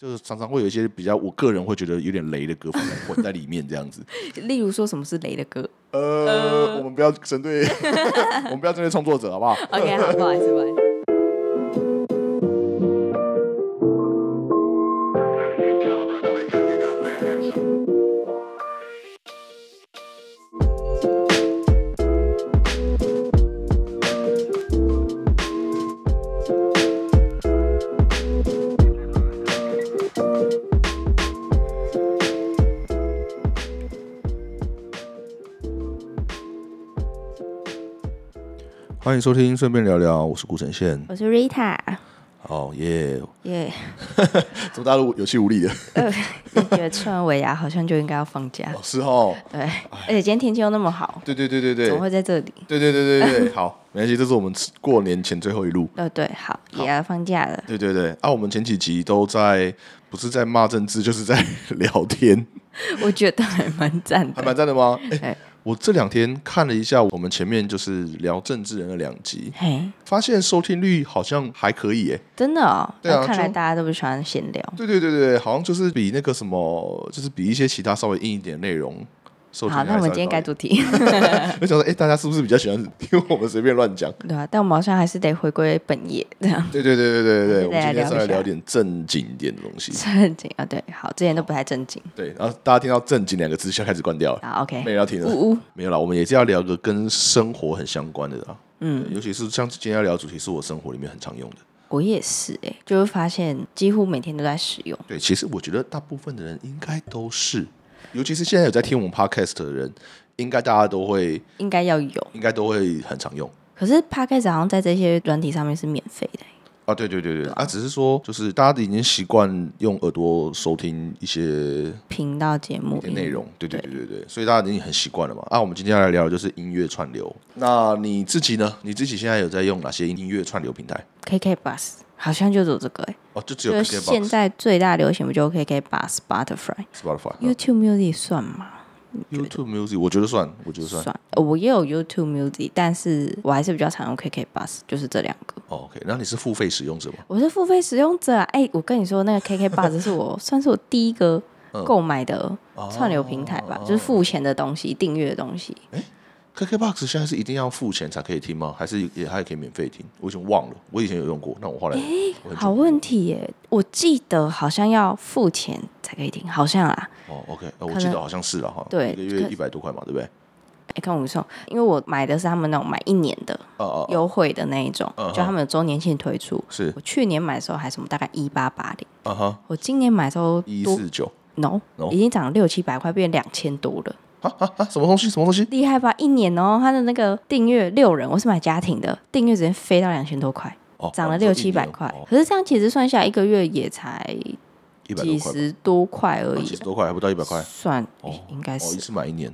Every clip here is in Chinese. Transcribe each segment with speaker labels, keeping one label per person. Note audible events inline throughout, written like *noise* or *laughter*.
Speaker 1: 就是常常会有一些比较，我个人会觉得有点雷的歌混在混在里面这样
Speaker 2: *laughs*
Speaker 1: 子。
Speaker 2: 例如说什么是雷的歌
Speaker 1: 呃，我们不要针
Speaker 2: *laughs*
Speaker 1: 对，我们不要针对创作者，好不好？
Speaker 2: ？OK，好，不好意思，不好意思。
Speaker 1: 欢迎收听，顺便聊聊，我是顾晨宪。
Speaker 2: 我是 Rita，
Speaker 1: 哦耶，
Speaker 2: 耶、
Speaker 1: 怎么大家都有气无力的？ *laughs*
Speaker 2: 呃， *laughs* 你觉得吃完尾牙好像就应该要放假，
Speaker 1: 哦，是哦，
Speaker 2: 对，而且今天天气又那么好，
Speaker 1: 对对对对对，
Speaker 2: 怎么会在这里？
Speaker 1: 对对对对对，好，没关系，这是我们吃过年前最后一路。
Speaker 2: 呃，对，好，
Speaker 1: 好
Speaker 2: 也要放假了，
Speaker 1: 对对对，啊，我们前几集都在不是在骂政治，就是在 *laughs* 聊天，
Speaker 2: 我觉得还蛮赞
Speaker 1: 还
Speaker 2: 的。
Speaker 1: 蛮赞的吗？哎、
Speaker 2: 哎
Speaker 1: 我这两天看了一下我们前面就是聊政治人的两集，
Speaker 2: 嘿，
Speaker 1: 发现收听率好像还可以、哎，
Speaker 2: 真的哦，
Speaker 1: 对啊
Speaker 2: 那看来
Speaker 1: 就
Speaker 2: 大家都不喜欢闲聊，
Speaker 1: 对对对对，好像就是比那个什么，就是比一些其他稍微硬一点的内容。收听
Speaker 2: 好，
Speaker 1: 率
Speaker 2: 那我
Speaker 1: 还
Speaker 2: 们
Speaker 1: 稍微
Speaker 2: 今天
Speaker 1: 高一
Speaker 2: 改主题， *laughs*
Speaker 1: 点，我想说，哎、大家是不是比较喜欢听我们随便乱讲？
Speaker 2: 对啊，但我们好像还是得回归本业，这样
Speaker 1: 对对对对对对，我们今
Speaker 2: 来
Speaker 1: 天
Speaker 2: 聊
Speaker 1: 是
Speaker 2: 一
Speaker 1: 来
Speaker 2: 下
Speaker 1: 聊点正经一点的东西。
Speaker 2: 正经啊，对，好，之前都不太正经，
Speaker 1: 对，然后大家听到“正经”两个字，就开始关掉了，
Speaker 2: 好
Speaker 1: 没
Speaker 2: ，OK，
Speaker 1: 人要听了。
Speaker 2: 呜呜，
Speaker 1: 没有啦，我们也是要聊个跟生活很相关的啦。
Speaker 2: 嗯
Speaker 1: 对，尤其是像今天要聊的主题，是我生活里面很常用的。
Speaker 2: 我也是、欸，就会发现几乎每天都在使用，
Speaker 1: 对，其实我觉得大部分的人应该都是，尤其是现在有在听我们 podcast 的人，应该大家都会，
Speaker 2: 应该要有。
Speaker 1: 应该都会很常用。
Speaker 2: 可是 Podcast 好像在这些软体上面是免费的欸、
Speaker 1: 啊，对对对对，啊，只是说就是大家已经习惯用耳朵收听一些
Speaker 2: 频道节目
Speaker 1: 的内容，对对对对对，所以大家已经很习惯了嘛。啊，我们今天要来聊的就是音乐串流。那你自己呢？你自己现在有在用哪些音乐串流平台？
Speaker 2: KK Bus 好像就走这个、欸，
Speaker 1: 哦，就只有
Speaker 2: 就是
Speaker 1: KKBOX、
Speaker 2: 现在最大流行不就 KK Bus、Butterfly、
Speaker 1: Spotify 嗯、
Speaker 2: YouTube Music 算吗？
Speaker 1: YouTube Music，我觉得算，我觉得算。
Speaker 2: 算，呃我也有 YouTube Music，但是我还是比较常用 KK Bus，就是这两个。
Speaker 1: 哦 OK，那你是付费使用者吗？
Speaker 2: 我是付费使用者、啊，哎、我跟你说，那个 KK Bus 是我 *laughs* 算是我第一个
Speaker 1: 嗯
Speaker 2: 购买的
Speaker 1: 哦
Speaker 2: 串流平台吧，就是付钱的东西，订阅的东西。
Speaker 1: KKBOX 现在是一定要付钱才可以听吗？还是也还可以免费听？我已经忘了，我以前有用过，那我后来我很久
Speaker 2: 好问题耶，我记得好像要付钱才可以听，好像啦。
Speaker 1: 哦 OK，呃我
Speaker 2: 可
Speaker 1: 记得
Speaker 2: 能
Speaker 1: 好像是了哈，
Speaker 2: 对
Speaker 1: 一个月
Speaker 2: 可
Speaker 1: 一百多块嘛，对不对？
Speaker 2: 哎、看我送，因为我买的是他们那种买一年的
Speaker 1: 哦哦哦，
Speaker 2: 优惠的那一种，
Speaker 1: 嗯哼
Speaker 2: 就他们有周年庆推出。
Speaker 1: 是
Speaker 2: 我去年买的时候还什么大概一八八零，
Speaker 1: 啊哈，
Speaker 2: 我今年买的时候
Speaker 1: 一
Speaker 2: 多
Speaker 1: 四九
Speaker 2: no,
Speaker 1: No
Speaker 2: 已经涨了六七百块，变两千多了，
Speaker 1: 啊，什么东西？什么东西？
Speaker 2: 厉害吧？一年哦，他的那个订阅六人，我是买家庭的，订阅直接飞到两千多块，
Speaker 1: 哦，
Speaker 2: 涨了六七百块。可是这样其实算下来一个月也才
Speaker 1: 一百多
Speaker 2: 几
Speaker 1: 块吧，
Speaker 2: 十多块而
Speaker 1: 哦
Speaker 2: 已
Speaker 1: 几十，多块，还不到一百块，
Speaker 2: 算、
Speaker 1: 哦
Speaker 2: 应该
Speaker 1: 哦，
Speaker 2: 是
Speaker 1: 一次买一年。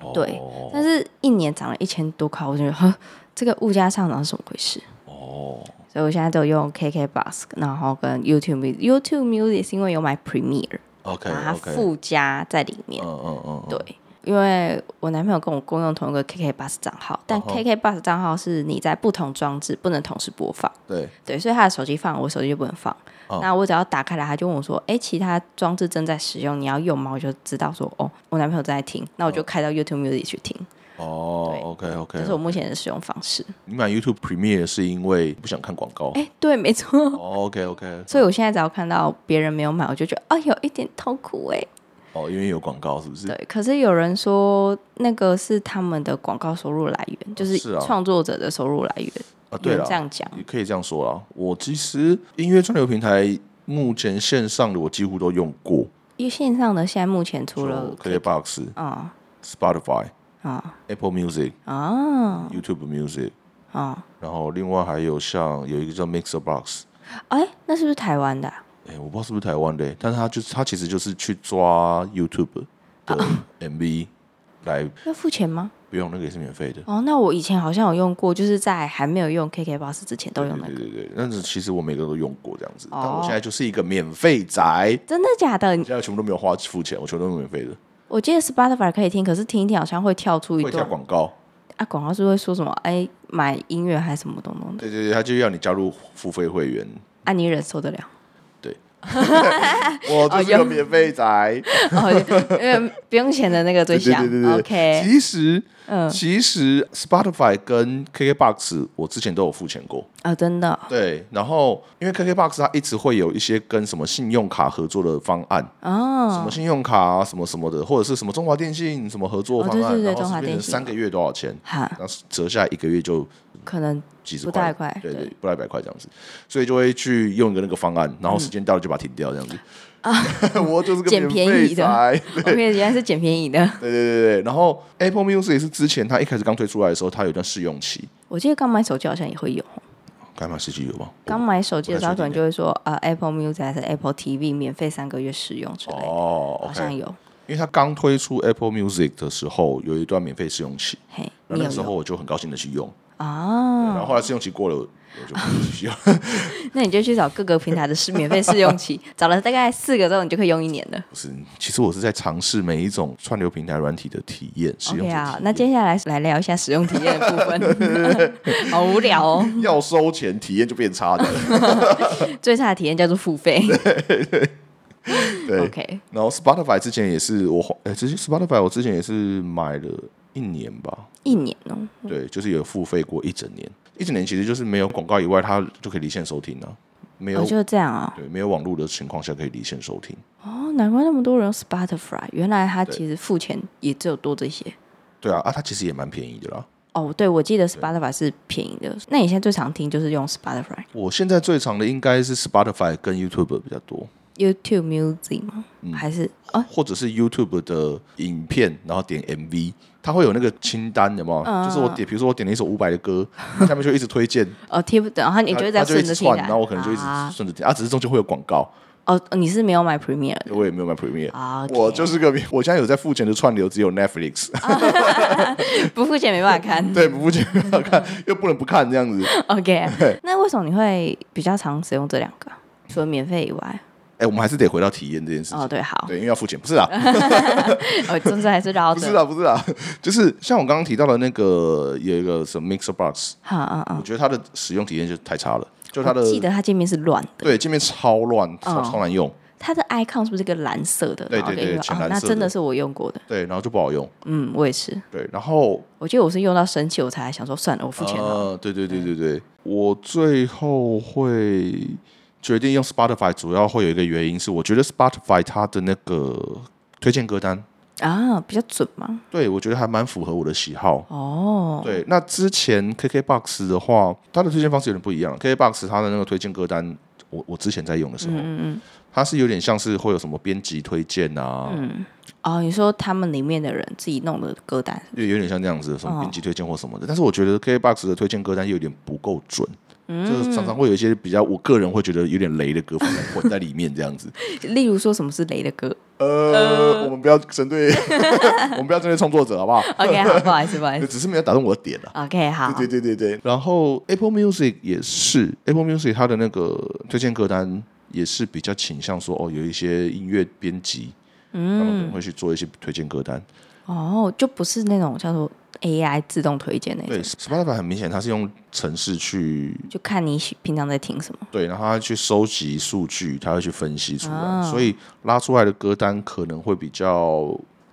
Speaker 1: 哦
Speaker 2: 对但是一年涨了一千多块，我就觉得呵，这个物价上涨是怎么回事？
Speaker 1: 哦，
Speaker 2: 所以我现在都用 KK Bus，然后跟 YouTube Music，YouTube Music 是因为有买 Premiere，
Speaker 1: OK
Speaker 2: 然后
Speaker 1: OK，
Speaker 2: 它附加在里面
Speaker 1: 嗯。嗯嗯，嗯，
Speaker 2: 对，因为我男朋友跟我共用同一个 KK Bus 账号，但
Speaker 1: 哦吼
Speaker 2: KK Bus 账号是你在不同装置不能同时播放，
Speaker 1: 对，
Speaker 2: 对，所以他的手机放，我手机就不能放。
Speaker 1: 哦
Speaker 2: 那我只要打开来，他就问我说：“哎，其他装置正在使用，你要用吗？”我就知道说：“哦，我男朋友正在听。”那我就开到 YouTube Music 去听，
Speaker 1: 哦
Speaker 2: 对
Speaker 1: ，OK
Speaker 2: 这
Speaker 1: OK，
Speaker 2: 是我目前的使用方式。
Speaker 1: 你买 YouTube Premiere 是因为不想看广告。
Speaker 2: 哎，对，没错。 *laughs*
Speaker 1: 哦，OK OK，
Speaker 2: 所以我现在只要看到别人没有买，我就觉得啊、有一点痛苦哎、
Speaker 1: 哦，因为有广告是不是？
Speaker 2: 对，可是有人说那个是他们的广告收入来源，就是
Speaker 1: 是啊
Speaker 2: 创作者的收入来源。
Speaker 1: 啊，对
Speaker 2: 有人
Speaker 1: 了，
Speaker 2: 这样讲。
Speaker 1: 也可以这样说啦。我其实音乐串流平台目前线上的我几乎都用过，
Speaker 2: 因为线上的现在目前除了
Speaker 1: 就 KKBox、
Speaker 2: 啊
Speaker 1: Spotify、
Speaker 2: 啊
Speaker 1: Apple Music、
Speaker 2: 啊
Speaker 1: YouTube Music，
Speaker 2: 啊，
Speaker 1: 然后另外还有像有一个叫 Mixer Box，
Speaker 2: 哎，那是不是台湾的啊、
Speaker 1: 哎、我不知道是不是台湾的、但是它就是它其实就是去抓 YouTube 的
Speaker 2: *coughs*
Speaker 1: MV 来，
Speaker 2: 要付钱吗？
Speaker 1: 不用那个也是免费的。
Speaker 2: 哦，那我以前好像有用过，就是在还没有用 KKBox 之前都用那
Speaker 1: 对
Speaker 2: 个。
Speaker 1: 对对，但是其实我每个都用过这样子，但
Speaker 2: Oh 哦
Speaker 1: 我现在就是一个免费宅，
Speaker 2: 真的假的？
Speaker 1: 现在全部都没有花付钱，我全部都是免费的，
Speaker 2: 我记得 Spotify 可以听，可是听一听好像会跳出一
Speaker 1: 会跳
Speaker 2: 段
Speaker 1: 广告。
Speaker 2: 啊，广告是会说什么？哎，买音乐还是什么东东的？ *laughs*
Speaker 1: 对对对，他就要你加入付费会员。
Speaker 2: 啊，你忍受得了？
Speaker 1: 对，我就是个免费仔，
Speaker 2: *laughs* 哦，因为不用钱的那个最
Speaker 1: 对对
Speaker 2: 香
Speaker 1: 对对对。
Speaker 2: ，OK，
Speaker 1: 其实
Speaker 2: 嗯，
Speaker 1: 其实 Spotify 跟 KKBox 我之前都有付钱过，
Speaker 2: 啊，真的，
Speaker 1: 对。然后因为 KKBox 它一直会有一些跟什么信用卡合作的方案，什
Speaker 2: 哦
Speaker 1: 么，信用卡啊什么什么的，或者是什么中华电信什么合作方案，
Speaker 2: 哦对对对
Speaker 1: 然后
Speaker 2: 中华
Speaker 1: 是变成
Speaker 2: 电信
Speaker 1: 三个月多少钱，
Speaker 2: 哈，
Speaker 1: 然后折下来一个月就
Speaker 2: 可能
Speaker 1: 几十
Speaker 2: 不
Speaker 1: 块
Speaker 2: 到一块
Speaker 1: 对对
Speaker 2: 对，
Speaker 1: 不到一百块这样子，所以就会去用一个那个方案，然后时间到了就把它停掉这样子。啊， *laughs* 我就是个
Speaker 2: 嗯捡
Speaker 1: 免
Speaker 2: 便
Speaker 1: 费
Speaker 2: 宜的
Speaker 1: 仔。 *laughs*
Speaker 2: 我哦原来是捡便宜的。
Speaker 1: 对对对对，然后 Apple Music 也是之前它一开始刚推出来的时候，它有一段试用期，
Speaker 2: 我记得刚买手机好像也会有，
Speaker 1: 该买十几有吧？
Speaker 2: 刚买手机的时候
Speaker 1: 不太确定
Speaker 2: 可能就会说啊，Apple Music 还是 Apple TV 免费三个月使用之类的，
Speaker 1: 哦
Speaker 2: 好像
Speaker 1: ，OK，
Speaker 2: 有。
Speaker 1: 因为它刚推出 Apple Music 的时候，有一段免费试用期，
Speaker 2: 嘿，
Speaker 1: 那
Speaker 2: 你
Speaker 1: 那
Speaker 2: 有
Speaker 1: 个时候
Speaker 2: 用
Speaker 1: 我就很高兴的去用，然后
Speaker 2: 啊？
Speaker 1: 后来试用期过了，我就不继续
Speaker 2: *laughs*
Speaker 1: 用。
Speaker 2: 那你就去找各个平台的试免费试
Speaker 1: *laughs*
Speaker 2: 用期，找了大概四个之后，你就可以用一年了。
Speaker 1: 不是，其实我是在尝试每一种串流平台软体的体验，使用
Speaker 2: OK
Speaker 1: 者体
Speaker 2: 啊
Speaker 1: 验，
Speaker 2: 那接下来来聊一下使用体验的部
Speaker 1: *laughs*
Speaker 2: 分，好无聊哦。
Speaker 1: 要收钱，体验就变差的。
Speaker 2: 最差的体验叫做付费。
Speaker 1: 对
Speaker 2: OK，
Speaker 1: 然后 Spotify 之前也是我花，哎、之前 Spotify 我之前也是买了一年吧，
Speaker 2: 一年哦，
Speaker 1: 对，就是有付费过一整年，一整年其实就是没有广告以外，它就可以离线收听啊，没有、
Speaker 2: 哦就是这样啊、
Speaker 1: 对没有网络的情况下可以离线收听，
Speaker 2: 哦，难怪那么多人用 Spotify，原来它其实付钱也只有多这些。
Speaker 1: 对啊，啊，它其实也蛮便宜的啦。
Speaker 2: 哦，对，我记得 Spotify 是便宜的。那你现在最常听就是用 Spotify、
Speaker 1: 我现在最长的应该是 Spotify 跟 YouTube 比较多，
Speaker 2: YouTube Music 吗？
Speaker 1: 嗯
Speaker 2: 还是哦，
Speaker 1: 或者是 YouTube 的影片，然后点 MV，它会有那个清单的嘛，
Speaker 2: 嗯
Speaker 1: 就是我点，比如说我点了一首伍佰的歌，它下面就一直推荐，
Speaker 2: 哦，听不懂，然后 *laughs* 你就会
Speaker 1: 它
Speaker 2: 在
Speaker 1: 就一
Speaker 2: 顺
Speaker 1: 直
Speaker 2: 着听
Speaker 1: 串，
Speaker 2: 来，
Speaker 1: 然后我可能就一直
Speaker 2: 啊
Speaker 1: 顺着听，啊，只是中间会有广告，
Speaker 2: 哦，你是没有买 Premiere
Speaker 1: *laughs*
Speaker 2: 的
Speaker 1: 我也没有买 Premiere，
Speaker 2: 啊？OK？
Speaker 1: 我就是个，我现在有在付钱的串流只有 Netflix， *laughs*
Speaker 2: 不付钱没办法看。
Speaker 1: 对，不付钱不要看，又不能不看这样子。
Speaker 2: OK，那为什么你会比较常使用这两个？除了免费以外，
Speaker 1: 哎，我们还是得回到体验这件事情
Speaker 2: 哦，。对，好，
Speaker 1: 对，因为要付钱，不是啦，
Speaker 2: 哦，总之还是绕
Speaker 1: 不是
Speaker 2: 着，
Speaker 1: 啦，不是啦， *laughs* 就是像我刚刚提到的那个有一个什么 Mixer Box，
Speaker 2: 好啊啊
Speaker 1: 我！觉得它的使用体验就太差了，就它
Speaker 2: 我
Speaker 1: 的
Speaker 2: 哦记得它界面是乱的，
Speaker 1: 对界面超乱，超
Speaker 2: 嗯
Speaker 1: 超难用，
Speaker 2: 它的 icon 是不是个蓝色的？
Speaker 1: 对对对
Speaker 2: 然后给你
Speaker 1: 浅
Speaker 2: 哦
Speaker 1: 蓝
Speaker 2: 那
Speaker 1: 色
Speaker 2: 真
Speaker 1: 的
Speaker 2: 的是我用过的。
Speaker 1: 对，然后就不好用，
Speaker 2: 嗯，我也是。
Speaker 1: 对，然后
Speaker 2: 我记得我是用到生气，我才想说算了，我付钱啊嗯了。
Speaker 1: 呃，对对对对对，我最后会决定用 Spotify，主要会有一个原因是，我觉得 Spotify 它的那个推荐歌单，
Speaker 2: 啊，比较准嘛。
Speaker 1: 对我觉得还蛮符合我的喜好。
Speaker 2: 哦，
Speaker 1: 对，那之前 KKBox 的话，它的推荐方式有点不一样。KKBox 它的那个推荐歌单，我我之前在用的
Speaker 2: 嗯
Speaker 1: 时候，它是有点像是会有什么编辑推荐啊，
Speaker 2: 哦，你说他们里面的人自己弄的歌单
Speaker 1: 有有点像那样子，什么
Speaker 2: 哦
Speaker 1: 编辑推荐或什么的。但是我觉得 KBox 的推荐歌单又有点不够准，
Speaker 2: 嗯
Speaker 1: 就是常常会有一些比较，我个人会觉得有点雷的歌混在混在里面这样
Speaker 2: *laughs*
Speaker 1: 子。
Speaker 2: 是，例如说什么是雷的歌。 *laughs*
Speaker 1: 呃，我们不要针对， *laughs* 我们不要针对创作者好不好？
Speaker 2: OK，好，不好意思，不好意思。
Speaker 1: 只是没有打动我的点啊。
Speaker 2: OK，好，
Speaker 1: 对对对对对。然后 Apple Music 也是 Apple Music 它的那个推荐歌单也是比较倾向说哦，有一些音乐编辑，
Speaker 2: 嗯
Speaker 1: 他们可能会去做一些推荐歌单。
Speaker 2: 哦，就不是那种叫做 AI 自动推荐那
Speaker 1: 对
Speaker 2: 种，
Speaker 1: ，Spotify 很明显它是用程式去
Speaker 2: 就看你喜平常在听什么。
Speaker 1: 对，然后他去收集数据，他会去分析出来，
Speaker 2: 哦
Speaker 1: 所以拉出来的歌单可能会比较，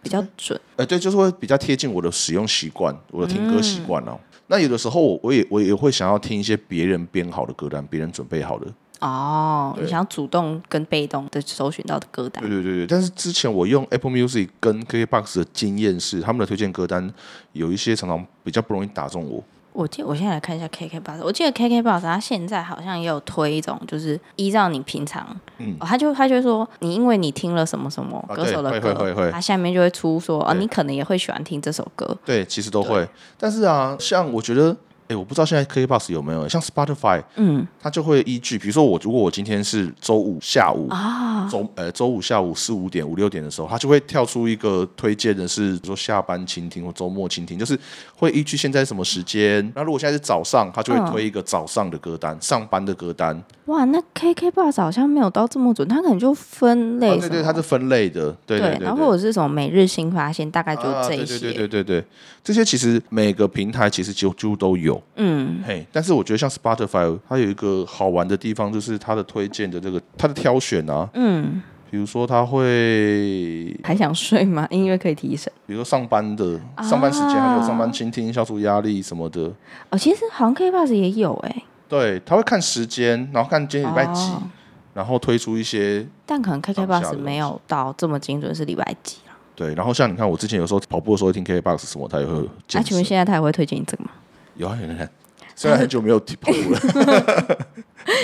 Speaker 2: 比较准
Speaker 1: 呃，对，就是会比较贴近我的使用习惯，我的听歌习惯哦。那有的时候我我也我也会想要听一些别人编好的歌单，别人准备好的。
Speaker 2: 哦，你
Speaker 1: 对
Speaker 2: 想要主动跟被动的搜寻到的歌单
Speaker 1: 对对对对，但是之前我用 Apple Music 跟 KKBox 的经验是，他们的推荐歌单有一些常常比较不容易打中我。
Speaker 2: 我记，我现在来看一下 KK Bus，我记得 KK Bus 它现在好像也有推一种，就是依照你平常，
Speaker 1: 嗯
Speaker 2: 哦，他就他就说你因为你听了什么什么
Speaker 1: 啊
Speaker 2: 歌手的
Speaker 1: 对会
Speaker 2: 歌，
Speaker 1: 会会会
Speaker 2: 它下面就会出说哦，
Speaker 1: 对
Speaker 2: 你可能也会喜欢听这首歌，
Speaker 1: 对，其实都会。但是啊，像我觉得，哎，我不知道现在 KKBox 有没有，像 Spotify，
Speaker 2: 嗯
Speaker 1: 它就会依据，比如说我如果我今天是周五下午
Speaker 2: 啊，
Speaker 1: 周呃周五下午四五点五六点的时候，它就会跳出一个推荐的是说下班倾听或周末倾听，就是会依据现在什么时间。那如果现在是早上，它就
Speaker 2: 嗯
Speaker 1: 会推一个早上的歌单，上班的歌单。
Speaker 2: 哇，那 KK Bus 好像没有到这么准，它可能就分类
Speaker 1: 啊
Speaker 2: 什
Speaker 1: 对
Speaker 2: 么、
Speaker 1: 对，它是分类的，对对对
Speaker 2: 然后或者是什么每日新发现，大概就
Speaker 1: 啊
Speaker 2: 这
Speaker 1: 对
Speaker 2: 些，
Speaker 1: 对对对对对，这些其实每个平台其实就几乎都有，有，
Speaker 2: 嗯，
Speaker 1: 嘿，但是我觉得像 Spotify 它有一个好玩的地方，就是它的推荐的这个它的挑选啊，
Speaker 2: 嗯，
Speaker 1: 比如说它会，
Speaker 2: 还想睡吗？音乐可以提神
Speaker 1: 比如说上班的
Speaker 2: 啊
Speaker 1: 上班时间还有上班倾听、消除压力什么的，
Speaker 2: 哦。其实好像 K Bus 也有哎、
Speaker 1: 对，它会看时间，然后看今天礼拜几，
Speaker 2: 哦
Speaker 1: 然后推出一些
Speaker 2: 但可能
Speaker 1: 当
Speaker 2: KK
Speaker 1: 下的
Speaker 2: Bus
Speaker 1: 东西
Speaker 2: 没有到这么精准，是礼拜几啊？
Speaker 1: 对，然后像你看，我之前有时候跑步的时候会听 KBox 什么，它也会
Speaker 2: 那、
Speaker 1: 健
Speaker 2: 啊请
Speaker 1: 身。
Speaker 2: 问现在他还会推荐你这个吗？
Speaker 1: 有啊，有人看。虽然很久没有跑步了，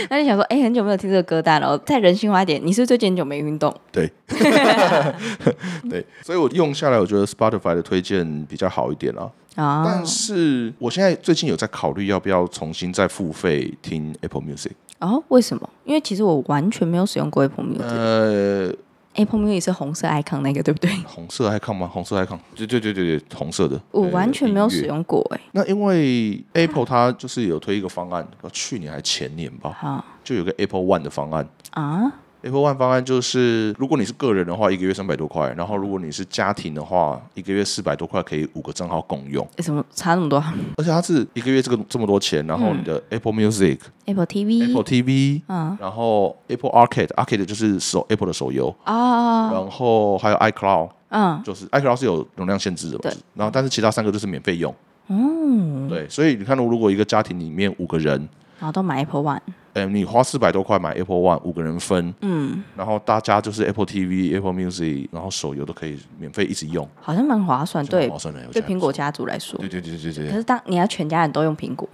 Speaker 2: 那你想说，哎、很久没有听这个歌单了，哦再人性化一点，你是不是最近很久没运动？
Speaker 1: 对，嗯对，所以我用下来，我觉得 Spotify 的推荐比较好一点啦。
Speaker 2: 啊
Speaker 1: 但是我现在最近有在考虑要不要重新再付费听 Apple Music。
Speaker 2: 哦，为什么？因为其实我完全没有使用过 Apple Music。哎
Speaker 1: 呃，
Speaker 2: Apple Music 是红色 icon 那个，对不对？ *laughs*
Speaker 1: 红色 icon 吗？红色 icon，对对对对对，红色的。
Speaker 2: 我
Speaker 1: 呃
Speaker 2: 完全没有使。
Speaker 1: 音乐
Speaker 2: 用过、哎，
Speaker 1: 那因为 Apple 它就是有推一个方案，去年还前年吧，
Speaker 2: 好
Speaker 1: 就有个 Apple One 的方案。
Speaker 2: 啊，
Speaker 1: Apple One 方案就是，如果你是个人的话，一个月三百多块；然后如果你是家庭的话，一个月四百多块，可以五个账号共用。
Speaker 2: 哎怎么差那么多
Speaker 1: 而且它是一个月这个这么多钱，然后你的 Apple Music、
Speaker 2: ？Apple TV
Speaker 1: Apple TV，
Speaker 2: 嗯
Speaker 1: 然后 Apple Arcade，Arcade 就是手 Apple 的手游，
Speaker 2: 啊，
Speaker 1: 然后还有 iCloud，
Speaker 2: 嗯
Speaker 1: 就是 iCloud 是有容量限制的嘛
Speaker 2: 对，
Speaker 1: 然后但是其他三个就是免费用。
Speaker 2: 嗯，
Speaker 1: 对，所以你看，如果一个家庭里面五个人，
Speaker 2: 然后都买 Apple One，
Speaker 1: 哎，你花四百多块买 Apple One，五个人分，
Speaker 2: 嗯，
Speaker 1: 然后大家就是 Apple TV、Apple Music，然后手游都可以免费一直用，
Speaker 2: 好像蛮划算，
Speaker 1: 这蛮
Speaker 2: 对
Speaker 1: 划，算啊的。我觉
Speaker 2: 对
Speaker 1: 得
Speaker 2: 苹果家族来说
Speaker 1: 对，对对对对对，
Speaker 2: 可是当你要全家人都用苹果，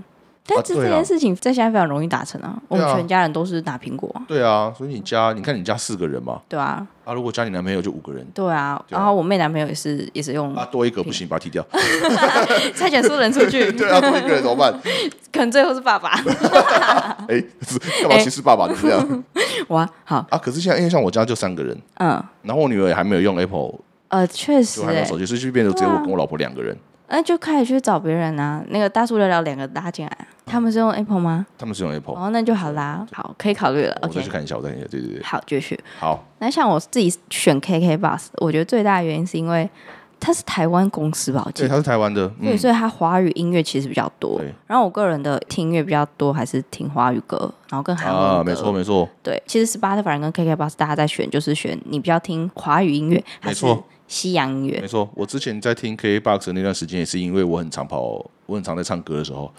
Speaker 2: 但是
Speaker 1: 对
Speaker 2: 这
Speaker 1: 啊
Speaker 2: 件事情在现在非常容易达成啊，我
Speaker 1: 对
Speaker 2: 们
Speaker 1: 啊
Speaker 2: 全家人都是拿苹果啊，
Speaker 1: 对啊，所以你家，你看你家四个人嘛，
Speaker 2: 对啊，
Speaker 1: 啊，如果加你男朋友就五个人，
Speaker 2: 对啊，
Speaker 1: 对啊
Speaker 2: 然后我妹男朋友也是也是用
Speaker 1: 啊，多一个不行，把它踢掉。 *laughs*
Speaker 2: *laughs* 筛选素人出去，
Speaker 1: 对啊，多一个人怎么办？
Speaker 2: 可能最后是爸爸，
Speaker 1: 哎，是干嘛歧视爸爸？就是这样
Speaker 2: *laughs*
Speaker 1: *laughs*
Speaker 2: 哇，好，
Speaker 1: 啊。可是现在因为像我家就三个人，
Speaker 2: 嗯，
Speaker 1: 然后我女儿也还没有用 Apple，
Speaker 2: 呃，确实、
Speaker 1: 就还没有
Speaker 2: 欸
Speaker 1: 手，机，所以就变得只有我跟我老婆两个人。
Speaker 2: 那就开始去找别人啊。那个大叔聊聊两个拉进来啊，他们是用 Apple 吗？
Speaker 1: 他们是用 Apple，
Speaker 2: 哦，那就好啦，好，可以考虑了。
Speaker 1: 我再去
Speaker 2: OK，
Speaker 1: 看一下，我再看一下。对对对，
Speaker 2: 好，继续。
Speaker 1: 好，
Speaker 2: 那像我自己选 KK Bus，我觉得最大的原因是因为它是台湾公司吧，我记
Speaker 1: 对，
Speaker 2: 得。
Speaker 1: 他是台湾的，
Speaker 2: 对，
Speaker 1: 嗯，
Speaker 2: 所以它华语音乐其实比较多
Speaker 1: 对。
Speaker 2: 然后我个人的听音乐比较多，还是听华语歌，然后跟韩文歌。
Speaker 1: 啊，没错没错，
Speaker 2: 对，其实 Spotify 跟 KK Bus 大家在选，就是选你比较听华语音乐还
Speaker 1: 没
Speaker 2: 是
Speaker 1: 错
Speaker 2: 西洋音乐
Speaker 1: 没。错，我之前在听 KBox 那段时间，也是因为我很常跑，我很常在唱歌的时候，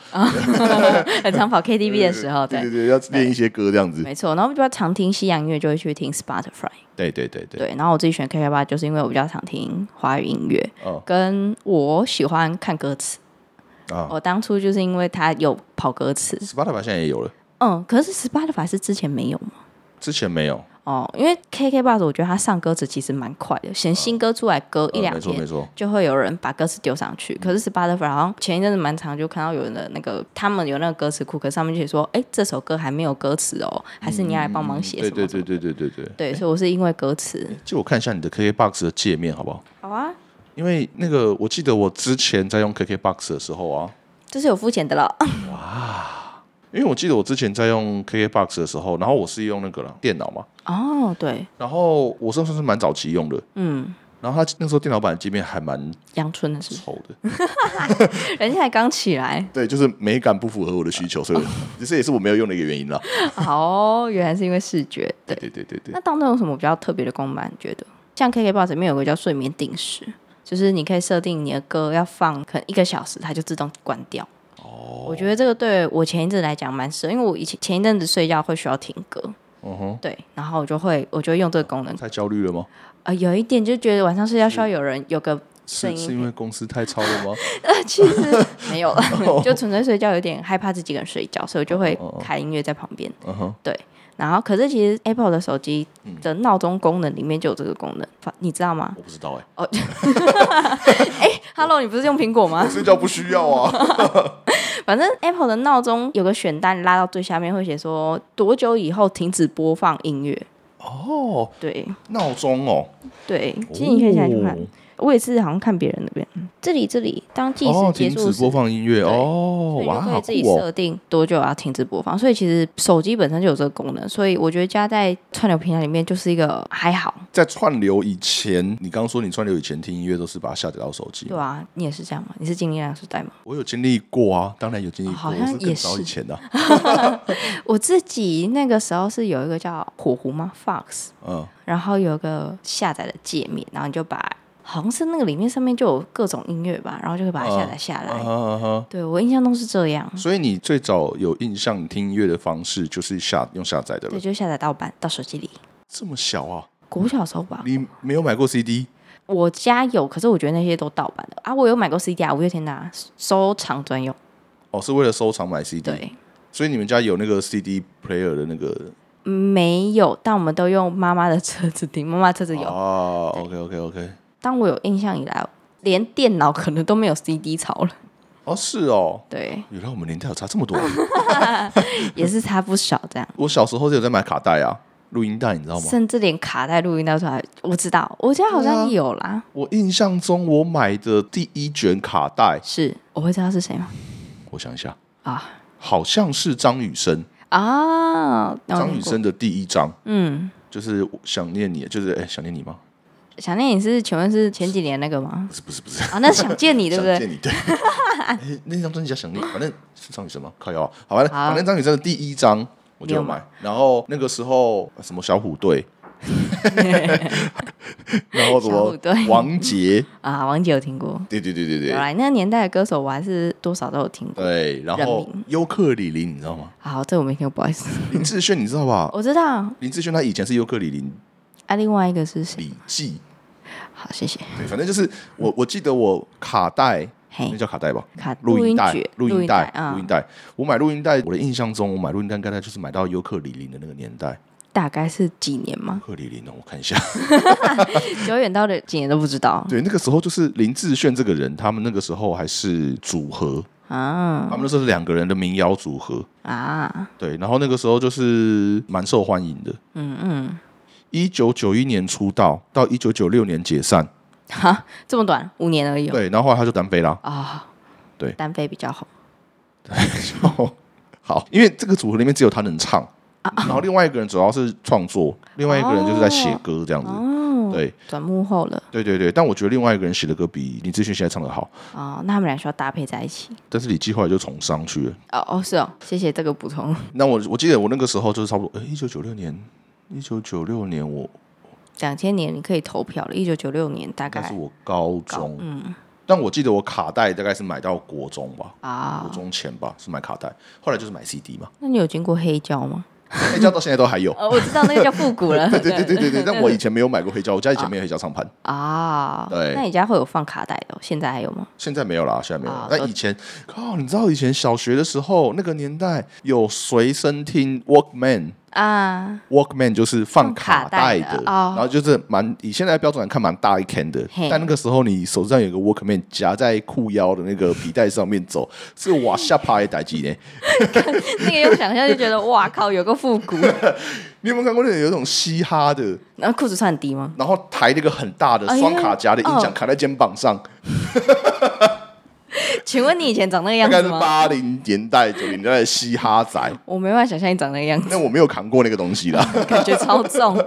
Speaker 2: 很
Speaker 1: *laughs*
Speaker 2: 常跑 KTV 的时候，对
Speaker 1: 对对，要练一些歌这样子。
Speaker 2: 没错，然后比较常听西洋音乐，就会去听 Spotify。
Speaker 1: 对对对对，
Speaker 2: 对，然后我自己选 KK 吧，就是因为我比较常听华语音乐，
Speaker 1: 哦
Speaker 2: 跟我喜欢看歌词。
Speaker 1: 啊
Speaker 2: 我当初就是因为它有跑歌词，
Speaker 1: ，Spotify 现在也有了，
Speaker 2: 嗯，可是 Spotify 是之前没有嘛？
Speaker 1: 之前没有，
Speaker 2: 哦，因为 KK Bus 我觉得它上歌词其实蛮快的，嫌新歌出来隔一
Speaker 1: 呃
Speaker 2: 两
Speaker 1: 没错没
Speaker 2: 天
Speaker 1: 错，
Speaker 2: 就会有人把歌词丢上去。
Speaker 1: 嗯
Speaker 2: 可是 Spotify 好像前一阵子蛮常就看到有人的那个，他们有那个歌词库，可是上面就写说，哎，这首歌还没有歌词哦，还是你要来帮忙写
Speaker 1: 对
Speaker 2: 什
Speaker 1: 嗯对
Speaker 2: 么什
Speaker 1: 对
Speaker 2: 么。
Speaker 1: 对对对对。
Speaker 2: 对，所以我是因为歌词。
Speaker 1: 借我看一下你的 KKBox 的界面好不好？
Speaker 2: 好啊，
Speaker 1: 因为那个我记得我之前在用 KKBox 的时候啊，
Speaker 2: 这是有付钱
Speaker 1: *laughs*
Speaker 2: 的了。
Speaker 1: 因为我记得我之前在用 KKBox 的时候，然后我是用那个啦电脑嘛，
Speaker 2: 哦，对，
Speaker 1: 然后我是算是蛮早期用的，
Speaker 2: 嗯，
Speaker 1: 然后它那时候电脑版的界面还蛮
Speaker 2: 阳春的是
Speaker 1: *laughs*
Speaker 2: 不
Speaker 1: 丑的，
Speaker 2: 是，人家才刚起来。
Speaker 1: 对，就是美感不符合我的需求，所以我 *laughs* 这也是我没有用的一个原因啦。
Speaker 2: 哦，原来是因为视觉。对，
Speaker 1: 对对对对
Speaker 2: 那，当中有什么比较特别的功能？你觉得？像 KKBox 里面有个叫睡眠定时，就是你可以设定你的歌要放可能一个小时，它就自动关掉。哦，我觉得这个对我前一阵来讲蛮适合，因为我以前前一阵子睡觉会需要听歌，
Speaker 1: 嗯哼，
Speaker 2: 对，然后我就会我就会用这个功能。
Speaker 1: 太焦虑了吗？
Speaker 2: 呃，有一点就觉得晚上睡觉需要有人有个 *laughs* 声
Speaker 1: 是
Speaker 2: 音
Speaker 1: 是因为公司太超了吗？
Speaker 2: 呃，
Speaker 1: *laughs*
Speaker 2: 其实没有了，就纯粹睡觉有点害怕自己一个人睡觉，所以我就会
Speaker 1: 哦哦哦哦
Speaker 2: 开音乐在旁边。
Speaker 1: 嗯哼，
Speaker 2: 然后，可是其实 Apple 的手机的
Speaker 1: 嗯
Speaker 2: 闹钟功能里面就有这个功能，发你知道欸吗
Speaker 1: 我不知道哎、
Speaker 2: ？Hello，你不是用苹果
Speaker 1: *laughs*
Speaker 2: 吗？
Speaker 1: 睡觉不需要啊。 *laughs*
Speaker 2: 反正 Apple 的闹钟有个选单，拉到最下面会写说多久以后停止播放音乐。
Speaker 1: 哦，
Speaker 2: 对
Speaker 1: 闹钟哦，
Speaker 2: 对，其实你可以下去看，
Speaker 1: 哦
Speaker 2: 我也是好像看别人那边，嗯这里这里当计
Speaker 1: 哦
Speaker 2: 时，结
Speaker 1: 停
Speaker 2: 束
Speaker 1: 止
Speaker 2: 时
Speaker 1: 播，放音乐哦
Speaker 2: 所，以你
Speaker 1: 哇，
Speaker 2: 就可
Speaker 1: 好
Speaker 2: 以自己
Speaker 1: 酷哦！
Speaker 2: 设定多久要停止播放。所以其实手机本身就有这个功能，所以我觉得加在串流平台里面就是一个还好，
Speaker 1: 在串流以前，你刚刚说你串流以前听音乐都是把它下载到手机，
Speaker 2: 对啊，你也是这样吗？你是经历那个时代吗？
Speaker 1: 我有经历过啊，当然有经历过，
Speaker 2: 好
Speaker 1: 我
Speaker 2: 像
Speaker 1: 是更
Speaker 2: 也
Speaker 1: 早以
Speaker 2: 是
Speaker 1: 前的啊、
Speaker 2: 我自己那个时候是有一个叫火狐吗？Fox，
Speaker 1: 嗯，
Speaker 2: 然后有个下载的界面，然后你就把好像是那个里面上面就有各种音乐吧，然后就会把它下载下来。
Speaker 1: 啊哈啊哈。
Speaker 2: 对我印象中是这样，
Speaker 1: 所以你最早有印象听音乐的方式就是下用下载的
Speaker 2: 对，
Speaker 1: 了，
Speaker 2: 就下载到版到手机里。
Speaker 1: 这么小啊？
Speaker 2: 国小时候吧，
Speaker 1: 你没有买过 CD？
Speaker 2: 我家有，可是我觉得那些都盗版的啊。我有买过 CD 啊，五月天的、啊、收藏专用。
Speaker 1: 哦，是为了收藏买 CD。
Speaker 2: 对，
Speaker 1: 所以你们家有那个 CD player 的那个
Speaker 2: 没有，但我们都用妈妈的车子听，妈妈车子有。
Speaker 1: 哦 OK OK OK。
Speaker 2: 当我有印象以来，连电脑可能都没有 CD 潮了。
Speaker 1: 哦，是哦，
Speaker 2: 对，
Speaker 1: 原来我们年代有差这么多啊。 *laughs*
Speaker 2: 也是差不少这样。
Speaker 1: 我小时候就有在买卡带啊，录音带，你知道吗？
Speaker 2: 甚至连卡带录音带出来，我知道，我家好像有啦。
Speaker 1: 我印象中我买的第一卷卡带，
Speaker 2: 是，我会知道是谁吗？
Speaker 1: 我想一下，
Speaker 2: 啊
Speaker 1: 好像是张雨生，
Speaker 2: 啊，那我
Speaker 1: 张
Speaker 2: 听
Speaker 1: 雨
Speaker 2: 过，
Speaker 1: 生的第一张。
Speaker 2: 嗯，
Speaker 1: 就是我想念你，就是哎、想念你吗？
Speaker 2: 想念你是，请问是前几年那个吗
Speaker 1: *laughs* 不？是不是不是，
Speaker 2: 啊，那是想见你，对不
Speaker 1: 想
Speaker 2: 对？
Speaker 1: 见你
Speaker 2: *laughs*
Speaker 1: 对。哎那张专辑叫《想念》，反正是张雨生吗？靠腰啊，好吧，
Speaker 2: 好
Speaker 1: 反正张雨生的第一张我就有
Speaker 2: 你有
Speaker 1: 买，然后那个时候什么小虎
Speaker 2: *laughs*
Speaker 1: 队，然后什
Speaker 2: 小虎
Speaker 1: 么
Speaker 2: 队
Speaker 1: 王杰，
Speaker 2: 啊，王姐有听过，
Speaker 1: 对对对对
Speaker 2: 有
Speaker 1: 对
Speaker 2: 来那个年代的歌手，我还是多少都有听过。
Speaker 1: 对，然后
Speaker 2: 人名
Speaker 1: 尤克里里你知道吗？
Speaker 2: 好，这我没听过，不好
Speaker 1: *laughs*
Speaker 2: 意思。
Speaker 1: 林志炫你知道吧？
Speaker 2: 我知道，
Speaker 1: 林志炫他以前是尤克里里
Speaker 2: 啊，另外一个是谁？
Speaker 1: 李记，
Speaker 2: 好，谢谢。
Speaker 1: 对，反正就是我我记得我卡带。
Speaker 2: 嘿
Speaker 1: 那，叫卡带吧，
Speaker 2: 卡
Speaker 1: 录音带
Speaker 2: 卷、、
Speaker 1: 录音带、嗯录
Speaker 2: 啊
Speaker 1: 音，带。我买录音带，我的印象中，我买录音带大概就是买到尤克里里的那个年代。
Speaker 2: 大概是几年吗 *laughs*
Speaker 1: 尤？克里里呢，我看一下。 *laughs*
Speaker 2: 久远到的几年都不知道
Speaker 1: 对，那个时候就是林志炫这个人，他们那个时候还是组合，他
Speaker 2: 啊
Speaker 1: 们那时候是两个人的民谣组合。
Speaker 2: 啊，
Speaker 1: 对，然后那个时候就是蛮受欢迎的。
Speaker 2: 嗯嗯，
Speaker 1: 一九九一年出道，到一九九六年解散。
Speaker 2: 哈，这么短，五年而已哦
Speaker 1: 对，然后后来他就单飞啦。
Speaker 2: 啊。
Speaker 1: 对
Speaker 2: 单飞比较好
Speaker 1: *laughs* 好，因为这个组合里面只有他能唱，
Speaker 2: 啊
Speaker 1: 然后另外一个人主要是创作，另外一个人就是在写歌这样子。
Speaker 2: 哦。
Speaker 1: 对，
Speaker 2: 转幕后了
Speaker 1: 对对对，但我觉得另外一个人写的歌比林志炫现在唱的好，
Speaker 2: 哦，那他们俩需要搭配在一起。
Speaker 1: 但是李记后来就从商去了。
Speaker 2: 哦哦，是哦，谢谢这个补充。
Speaker 1: 那我我记得我那个时候就是差不多，哎，一九九六年，一九九六年我
Speaker 2: 两千年你可以投票了，一九九六年大
Speaker 1: 那是
Speaker 2: 概
Speaker 1: 我高中，
Speaker 2: 嗯
Speaker 1: 但我记得我卡带大概是买到国中吧，
Speaker 2: 啊
Speaker 1: 国，中前吧是买卡带，后来就是买 CD 嘛，
Speaker 2: 那你有经过黑胶吗？
Speaker 1: 黑
Speaker 2: *laughs*
Speaker 1: 胶到现在都还有。
Speaker 2: 哦，我知道那个叫复古
Speaker 1: *laughs*
Speaker 2: 了。
Speaker 1: 对对对对对对，但我以前没有买过黑胶，我家以前没有黑胶唱盘，
Speaker 2: 啊，
Speaker 1: 对
Speaker 2: 那你家会有放卡带的哦、现在还有吗？
Speaker 1: 现在没有啦，现在没有啦
Speaker 2: 啊。
Speaker 1: 但以前，靠，你知道以前小学的时候，那个年代有随身听 Walkman，
Speaker 2: 啊，
Speaker 1: Walkman 就是放
Speaker 2: 放
Speaker 1: 卡
Speaker 2: 卡
Speaker 1: 带
Speaker 2: 带
Speaker 1: 的，
Speaker 2: 的
Speaker 1: 然
Speaker 2: 哦
Speaker 1: 后就是蛮以现在的标准来看蛮大一 can 的，
Speaker 2: 嘿
Speaker 1: 但那个时候你手上有一个 Walkman 夹在裤腰的那个皮带上面走，是哇下趴的代机呢。 *laughs*
Speaker 2: 那个用想象就觉得哇靠，有个复 *laughs* 古，
Speaker 1: 你有没有看过那种有一种嘻哈的，
Speaker 2: 然后裤子穿很低吗？
Speaker 1: 然后抬那个很大的
Speaker 2: 哎呀
Speaker 1: 双卡夹的音响
Speaker 2: 哦
Speaker 1: 卡在肩膀上，
Speaker 2: 请问你以前长那个
Speaker 1: 大
Speaker 2: 样
Speaker 1: 概
Speaker 2: 子
Speaker 1: 是
Speaker 2: 吗？
Speaker 1: 八零年代九零年代的嘻哈仔，
Speaker 2: 我没办法想象你长那个样子，
Speaker 1: 那我没有扛过那个东西啦。
Speaker 2: 感觉超
Speaker 1: *laughs*
Speaker 2: 重。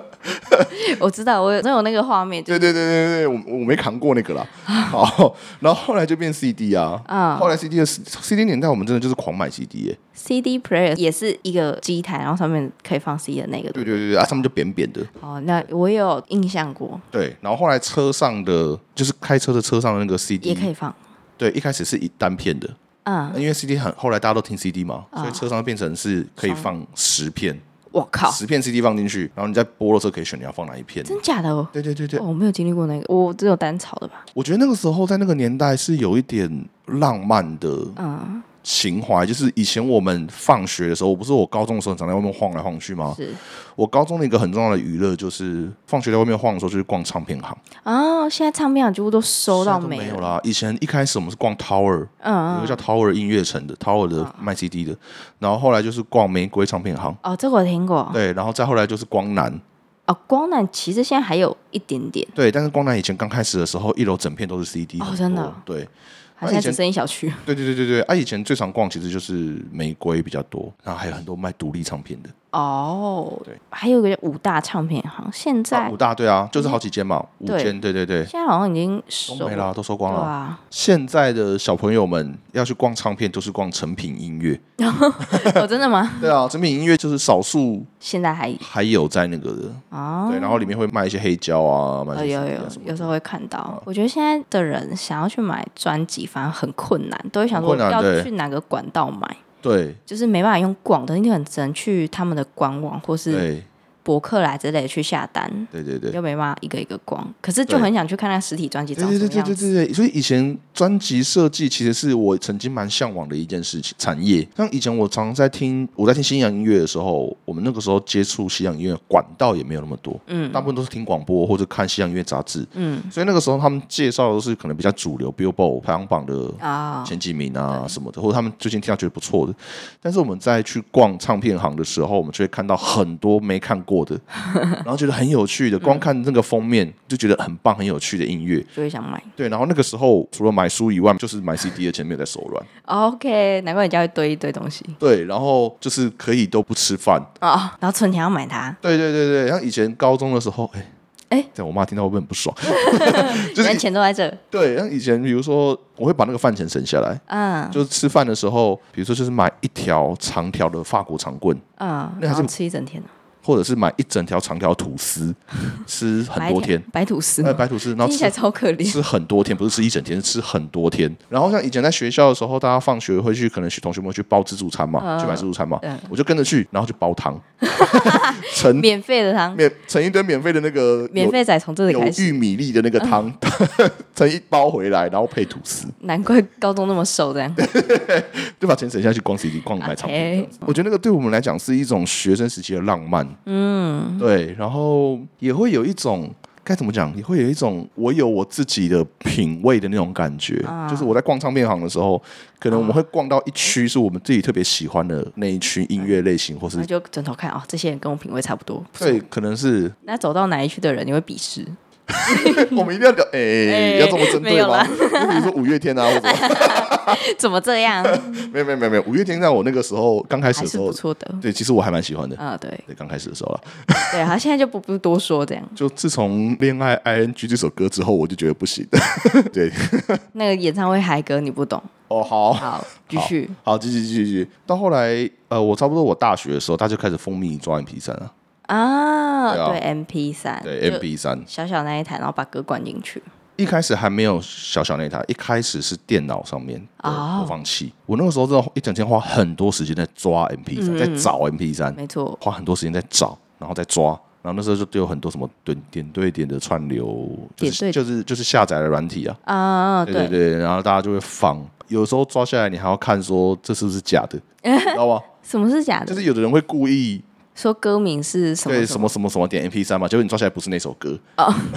Speaker 2: 我知道，我有真有那个画面，就
Speaker 1: 对对对对对，我我没扛过那个啦。好，然后后来就变 CD 啊，
Speaker 2: 啊
Speaker 1: 后来 CD 的 CD 年代，我们真的就是狂买 CD 耶、
Speaker 2: CD player 也是一个机台，然后上面可以放 CD 的那个。
Speaker 1: 对对对对，啊，上面就扁扁的。
Speaker 2: 哦，那我也有印象过，
Speaker 1: 对，然后后来车上的就是开车的车上的那个 CD，
Speaker 2: 也可以放。
Speaker 1: 对，一开始是一单片的，
Speaker 2: 嗯，
Speaker 1: 因为 CD 很后来大家都听 CD 嘛，
Speaker 2: 啊
Speaker 1: 所以车上变成是可以放十片，
Speaker 2: 我靠，
Speaker 1: 十片 CD 放进去，然后你在播的时候可以选你要放哪一片。
Speaker 2: 真假的哦？
Speaker 1: 对对对对，
Speaker 2: 哦我没有经历过那个，我只有单炒的吧？
Speaker 1: 我觉得那个时候在那个年代是有一点浪漫的
Speaker 2: 嗯，
Speaker 1: 情怀，就是以前我们放学的时候，我不是我高中的时候很常在外面晃来晃去吗？
Speaker 2: 是
Speaker 1: 我高中的一个很重要的娱乐就是放学在外面晃的时候，就是逛唱片行。
Speaker 2: 哦，现在唱片行几乎都收到
Speaker 1: 现在都没
Speaker 2: 没
Speaker 1: 有啦。以前一开始我们是逛 Tower，、
Speaker 2: 嗯，
Speaker 1: 有
Speaker 2: 嗯
Speaker 1: 一个叫 Tower 音乐城的 Tower
Speaker 2: 啊
Speaker 1: 的卖 CD 的，然后后来就是逛玫瑰唱片行，
Speaker 2: 哦，这个我听过。
Speaker 1: 对，然后再后来就是光南，
Speaker 2: 哦，光南其实现在还有一点点，
Speaker 1: 对，但是光南以前刚开始的时候，一楼整片都是 CD，
Speaker 2: 哦
Speaker 1: 很
Speaker 2: 真的
Speaker 1: 多
Speaker 2: 哦
Speaker 1: 对，
Speaker 2: 好
Speaker 1: 那
Speaker 2: 像
Speaker 1: 以
Speaker 2: 只
Speaker 1: 前
Speaker 2: 剩一
Speaker 1: *laughs*
Speaker 2: 小区。
Speaker 1: 对对对对对，啊，以前最常逛其实就是玫瑰比较多，然后还有很多卖独立唱片的，
Speaker 2: 哦
Speaker 1: 对，
Speaker 2: 还有一个叫五大唱片行，现在、嗯
Speaker 1: 啊五大对啊，就是好几间嘛，五
Speaker 2: 对
Speaker 1: 间，对对对，
Speaker 2: 现在好像已经
Speaker 1: 都
Speaker 2: 收
Speaker 1: 没啦，都收
Speaker 2: 对
Speaker 1: 光了。
Speaker 2: 啊， *laughs*
Speaker 1: 现在的小朋友们要去逛唱片，都是逛成品音乐，
Speaker 2: 哦，真的吗？
Speaker 1: 对啊，成品音乐就是少数
Speaker 2: 现
Speaker 1: *laughs*
Speaker 2: 在还
Speaker 1: 还有在那个的，
Speaker 2: 哦，
Speaker 1: 对，然后里面会卖一些黑胶啊，卖
Speaker 2: 哦，
Speaker 1: 一些
Speaker 2: 有
Speaker 1: CD
Speaker 2: 有
Speaker 1: 啊什么的
Speaker 2: 有时候会看
Speaker 1: 嗯
Speaker 2: 到，我觉得现在的人想要去买专辑，反而很困难，都会想说
Speaker 1: 很困难
Speaker 2: 要
Speaker 1: 对
Speaker 2: 去哪个管道买，
Speaker 1: 对
Speaker 2: 就是没办法用逛的，你可能只能去他们的官网或是
Speaker 1: 对
Speaker 2: 博客来之类去下单，
Speaker 1: 对对对。
Speaker 2: 又没办法一个一个逛，可是就
Speaker 1: 对
Speaker 2: 很想去看看实体专辑
Speaker 1: 对
Speaker 2: 长什
Speaker 1: 对
Speaker 2: 么
Speaker 1: 对对
Speaker 2: 样
Speaker 1: 对
Speaker 2: 子。
Speaker 1: 对对，所以以前专辑设计其实是我曾经蛮向往的一件事情产业。像以前我常在听我在听西洋音乐的时候，我们那个时候接触西洋音乐管道也没有那么多，
Speaker 2: 嗯
Speaker 1: 大部分都是听广播或者看西洋音乐杂志，
Speaker 2: 嗯
Speaker 1: 所以那个时候他们介绍的是可能比较主流 Billboard 排行榜的
Speaker 2: 啊，
Speaker 1: 前几名啊什么的，或者他们最近听到觉得不错的。但是我们在去逛唱片行的时候，我们就会看到很多没看过
Speaker 2: *laughs*
Speaker 1: 的，然后觉得很有趣的，光看那个封面就觉得很棒、很有趣的音乐。
Speaker 2: 就会想买。
Speaker 1: 对，然后那个时候除了买书以外，就是买 CD 的钱没有在手软。
Speaker 2: OK，难怪人家会堆一堆东西
Speaker 1: 对，然后就是可以都不吃饭。
Speaker 2: 啊，然后存钱要买它，
Speaker 1: 对对对对，像以前高中的时候，哎、
Speaker 2: 哎
Speaker 1: 对我妈听到会不会很不
Speaker 2: *laughs*
Speaker 1: 爽？就
Speaker 2: 原来
Speaker 1: 是
Speaker 2: 钱都在这。
Speaker 1: 对，像以前比如说，我会把那个饭钱省下来，
Speaker 2: 嗯
Speaker 1: 就是吃饭的时候，比如说就是买一条长条的法国长棍，
Speaker 2: 嗯，
Speaker 1: 那还
Speaker 2: 然
Speaker 1: 是
Speaker 2: 后吃一整天，
Speaker 1: 或者是买一整条长条吐司，吃很多天，
Speaker 2: 白吐司
Speaker 1: 呃，
Speaker 2: 吗，
Speaker 1: 白吐司，然后
Speaker 2: 听起来
Speaker 1: 吃
Speaker 2: 超可怜。
Speaker 1: 吃很多天，不是吃一整天，是吃很多天。然后像以前在学校的时候，大家放学会去，可能同学们会去包自助餐嘛，
Speaker 2: 嗯
Speaker 1: 去买自助餐嘛
Speaker 2: 嗯，
Speaker 1: 我就跟着去，然后就煲
Speaker 2: *laughs*
Speaker 1: 汤，盛
Speaker 2: *laughs* 免费的汤，
Speaker 1: 免盛一堆免费的那个
Speaker 2: 免费仔从这
Speaker 1: 有
Speaker 2: 里
Speaker 1: 有
Speaker 2: 开始。嗯
Speaker 1: 玉米粒的那个汤， *laughs* 盛一包回来，然后配吐司。
Speaker 2: 难怪高中那么瘦，这样
Speaker 1: 就把钱省下去逛 CD、逛买唱
Speaker 2: 啊
Speaker 1: 片
Speaker 2: 哎
Speaker 1: 这样子。我觉得那个对我们来讲是一种学生时期的浪漫，嗯，对，然后也会有一种。该怎么讲？也会有一种我有我自己的品味的那种感觉，
Speaker 2: 啊
Speaker 1: 就是我在逛唱片行的时候，可能我们会逛到一区是我们自己特别喜欢的那一区音乐类型，或是
Speaker 2: 我就转头看哦，这些人跟我品味差不多。不错
Speaker 1: 对，可能是
Speaker 2: 那走到哪一区的人，你会鄙视？
Speaker 1: 我们一定要聊，哎、
Speaker 2: 哎
Speaker 1: 要这么针
Speaker 2: 没
Speaker 1: 对
Speaker 2: 有
Speaker 1: 吗？
Speaker 2: 啦
Speaker 1: 就比如说五月天啊，或者
Speaker 2: 怎么这样？
Speaker 1: 没 *laughs* 有没有没有没有，五月天在我那个时候刚开始
Speaker 2: 还
Speaker 1: 的
Speaker 2: 是
Speaker 1: 时
Speaker 2: 不
Speaker 1: 候，
Speaker 2: 错的。
Speaker 1: 对，其实我还蛮喜欢的，
Speaker 2: 啊，对
Speaker 1: 对，刚开始的时候啦。
Speaker 2: 对，他现在就不不多说这样。
Speaker 1: 就自从《恋爱 ING》这首歌之后，我就觉得不行。对，
Speaker 2: 那个演唱会嗨歌你不懂，
Speaker 1: 哦，好，
Speaker 2: 好，继续。
Speaker 1: *laughs* 好，继续，继续继续。到后来，呃，我差不多我大学的时候，他就开始风靡抓 MP 三了，
Speaker 2: 啊，
Speaker 1: 对啊
Speaker 2: 对，MP 三，
Speaker 1: 对
Speaker 2: 就
Speaker 1: ，MP 三。
Speaker 2: 小小那一台，然后把歌灌进去。
Speaker 1: 一开始还没有小小那台，一开始是电脑上面的
Speaker 2: 哦
Speaker 1: 播放器。我那个时候真的一整天花很多时间在抓 MP 三，在找 MP 三，
Speaker 2: 嗯没错，
Speaker 1: 花很多时间在找，然后再抓。然后那时候就对有很多什么点点对点的串流，就
Speaker 2: 点对
Speaker 1: 是就是就是下载的软体啊，
Speaker 2: 啊，
Speaker 1: 对对
Speaker 2: 对，
Speaker 1: 对，然后大家就会放。有时候抓下来，你还要看说这是不是假的，你知道吗？
Speaker 2: 什么是假
Speaker 1: 就
Speaker 2: 的？
Speaker 1: 是有的人会故意
Speaker 2: 说歌名是什
Speaker 1: 对
Speaker 2: 么
Speaker 1: 什么什么什么点 M P 三嘛，结果你抓下来不是那首歌。
Speaker 2: 么，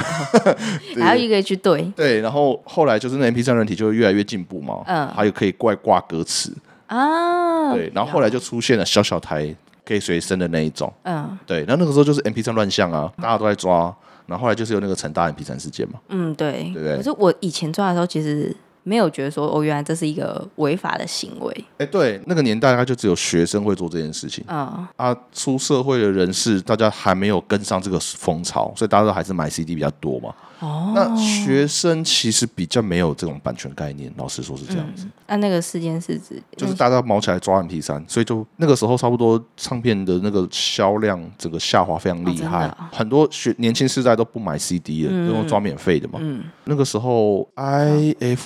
Speaker 2: 还有一个去对
Speaker 1: 对，然后后来就是那 M P 三软体就会越来越进步嘛，
Speaker 2: 嗯
Speaker 1: 还有可以怪挂歌词，
Speaker 2: 啊，
Speaker 1: 对，然后后来就出现了小小台可以随身的那一种，
Speaker 2: 嗯
Speaker 1: 对，那那个时候就是 M P 三乱象啊，大家都在抓，然后后来就是有那个成大 M P 三事件嘛，
Speaker 2: 嗯，对。
Speaker 1: 对不对
Speaker 2: 可是我以前抓的时候，其实没有觉得说，哦，原来这是一个违法的行为。
Speaker 1: 哎，对，那个年代大概就只有学生会做这件事情，
Speaker 2: 嗯，
Speaker 1: 啊，出社会的人士，大家还没有跟上这个风潮，所以大家都还是买 CD 比较多嘛。
Speaker 2: 哦，
Speaker 1: 那学生其实比较没有这种版权概念，老实说是这样子，
Speaker 2: 啊那那个事件是指
Speaker 1: 就是大家毛起来抓 MP 三，所以就那个时候差不多唱片的那个销量整个下滑非常厉害，
Speaker 2: 哦真的啊嗯
Speaker 1: 很多学年轻世代都不买 CD 了，都用抓免费的嘛。那个时候 IFPI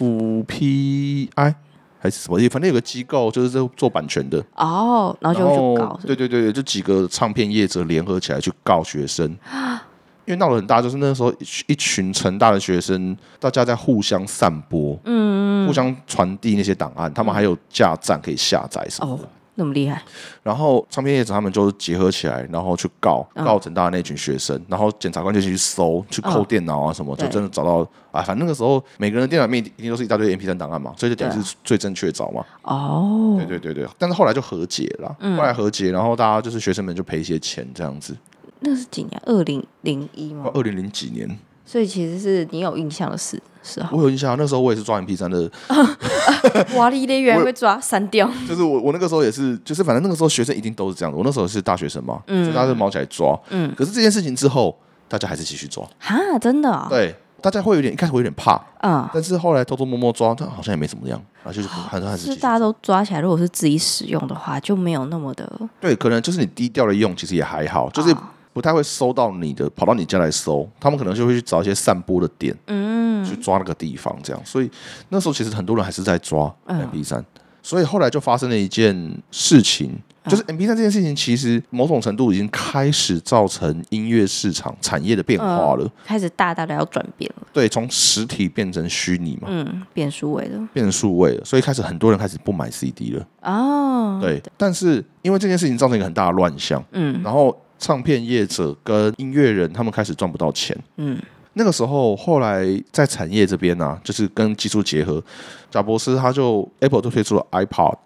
Speaker 1: 还是什么，反正有个机构就是在做版权的，
Speaker 2: 哦，然后就
Speaker 1: 然
Speaker 2: 去
Speaker 1: 后
Speaker 2: 搞，是
Speaker 1: 对
Speaker 2: 吧
Speaker 1: 对对对，就几个唱片业者联合起来去告学生，
Speaker 2: *gasps*
Speaker 1: 因为闹得很大，就是那时候一群一群成大的学生，大家在互相散播，嗯，互相传递那些档案，他们还有架站可以下载什么的。
Speaker 2: 哦，那么厉害，
Speaker 1: 然后唱片业者他们就结合起来，然后去告告成大的那群学生，然后检察官就去搜，去扣
Speaker 2: 嗯
Speaker 1: 电脑啊什么，就
Speaker 2: 对
Speaker 1: 真的找到啊，反正那个时候每个人的电脑里面一定都是一大堆 MP 三档案嘛，所以就等
Speaker 2: 对
Speaker 1: 于
Speaker 2: 啊
Speaker 1: 是最正确找嘛。
Speaker 2: 哦
Speaker 1: 对，
Speaker 2: 嗯
Speaker 1: 对对对，但是后来就和解了啦，后来和解，然后大家就是学生们就赔一些钱这样子，
Speaker 2: 那是几年？二零零一吗？
Speaker 1: 二零零几年，
Speaker 2: 所以其实是你有印象的事哦时候，
Speaker 1: 我有印象，那时候我也是抓 MP 三的，
Speaker 2: *laughs* 哇，你的原来会抓删掉，
Speaker 1: 就是我我那个时候也是，就是反正那个时候学生一定都是这样的，我那时候是大学生嘛，
Speaker 2: 嗯
Speaker 1: 所以大家就毛起来抓，
Speaker 2: 嗯
Speaker 1: 可是这件事情之后，大家还是继续抓，
Speaker 2: *laughs* 哈，真的哦，
Speaker 1: 对，大家会有点一开始会有点怕，
Speaker 2: 嗯，
Speaker 1: 但是后来偷偷摸摸抓，但好像也没怎么样，然后就是好像还是继
Speaker 2: 是
Speaker 1: 续
Speaker 2: 大家都抓起来，如果是自己使用的话，就没有那么的，
Speaker 1: 对，可能就是你低调的用，其实也还好，就是
Speaker 2: 啊
Speaker 1: 不太会搜到你的，跑到你家来搜，他们可能就会去找一些散播的点去
Speaker 2: 嗯，
Speaker 1: 抓那个地方，这样。所以那时候其实很多人还是在抓
Speaker 2: 嗯
Speaker 1: MP 三，所以后来就发生了一件事情，
Speaker 2: 嗯
Speaker 1: 就是 MP 三这件事情，其实某种程度已经开始造成音乐市场产业的变化了。
Speaker 2: 开始大大的要转变了，
Speaker 1: 对，从实体变成虚拟嘛，
Speaker 2: 嗯，变数位了，
Speaker 1: 变成数位了，所以开始很多人开始不买 CD 了。
Speaker 2: 哦，，
Speaker 1: 对，但是因为这件事情造成一个很大的乱象。
Speaker 2: 嗯
Speaker 1: 然后唱片业者跟音乐人他们开始赚不到钱。
Speaker 2: 嗯，
Speaker 1: 那个时候，后来在产业这边呢、就是跟技术结合，贾博士他就 Apple 就推出了 iPod，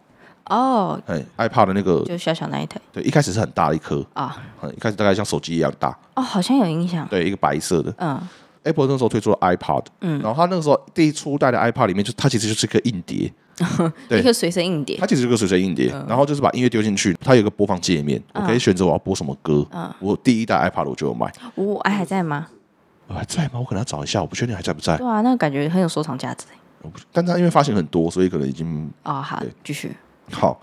Speaker 2: 哦，
Speaker 1: 哎，iPod 的那个
Speaker 2: 就小小那一台
Speaker 1: 对，一开始是很大的一颗，
Speaker 2: 啊，
Speaker 1: 嗯，一开始大概像手机一样大，
Speaker 2: 哦，好像有印象，
Speaker 1: 对，一个白色的。
Speaker 2: 嗯
Speaker 1: Apple 那时候推出了 iPod，
Speaker 2: 嗯，
Speaker 1: 然后它那个时候第一初代的 iPod 里面就它其实就是一个硬碟，对
Speaker 2: 一个随身硬碟
Speaker 1: 它，其实就是个随身硬碟，
Speaker 2: 嗯
Speaker 1: 然后就是把音乐丢进去，它有一个播放界面，我可以选择我要播什么歌。
Speaker 2: 嗯
Speaker 1: 我第一代 iPod 我就有买，
Speaker 2: 哦，哎，还在吗？
Speaker 1: 我还在吗？我可能要找一下，我不确定还在不在。
Speaker 2: 对啊，那感觉很有收藏价值。
Speaker 1: 我不但它因为发行很多，所以可能已经
Speaker 2: 哦，好
Speaker 1: 对，
Speaker 2: 继续。
Speaker 1: 好。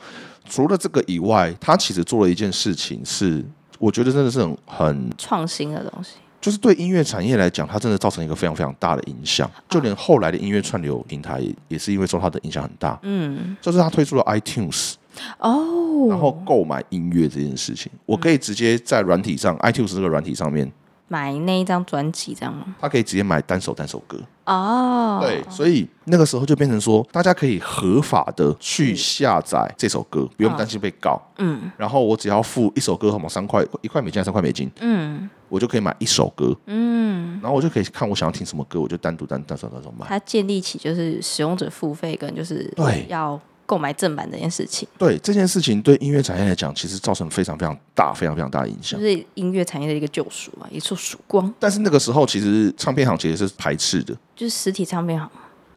Speaker 1: 除了这个以外，他其实做了一件事情是，我觉得真的是很很，
Speaker 2: 创新的东西，
Speaker 1: 就是对音乐产业来讲，它真的造成一个非常非常大的影响。
Speaker 2: 啊
Speaker 1: 就连后来的音乐串流平台也也是因为受它的影响很大。
Speaker 2: 嗯，
Speaker 1: 就是他推出了 iTunes，
Speaker 2: 哦，
Speaker 1: 然后购买音乐这件事情，我可以直接在软体上，iTunes 这个软体上面，
Speaker 2: 买那一张专辑这样吗？
Speaker 1: 它可以直接买单首单首歌。
Speaker 2: 哦，
Speaker 1: 对，所以那个时候就变成说，大家可以合法的去下载这首歌，不用担心被告。
Speaker 2: 嗯
Speaker 1: 然后我只要付一首歌，什么三块一块美金还是三块美金，
Speaker 2: 嗯
Speaker 1: 我就可以买一首歌，
Speaker 2: 嗯，
Speaker 1: 然后我就可以看我想要听什么歌，我就单独单单首单首买。
Speaker 2: 它建立起就是使用者付费跟就是
Speaker 1: 对
Speaker 2: 要购买正版这件事情，
Speaker 1: 对这件事情，对音乐产业来讲，其实造成非常非常大、非常非常大的影
Speaker 2: 就
Speaker 1: 响。
Speaker 2: 是音乐产业的一个救赎嘛，一处曙光，
Speaker 1: 但是那个时候，其实唱片行其实是排斥的，
Speaker 2: 就是实体唱片行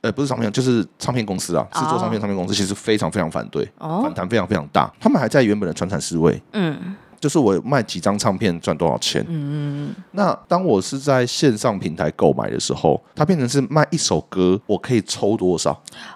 Speaker 1: 呃，不是唱片，就是唱片公司啊，制作唱片唱片公司其实非常非常反对，反
Speaker 2: 哦，
Speaker 1: 弹非常非常大。他们还在原本的传产思维，
Speaker 2: 嗯
Speaker 1: 就是我卖几张唱片赚多少钱。
Speaker 2: 嗯
Speaker 1: 那当我是在线上平台购买的时候，它变成是卖一首歌，我可以抽多少？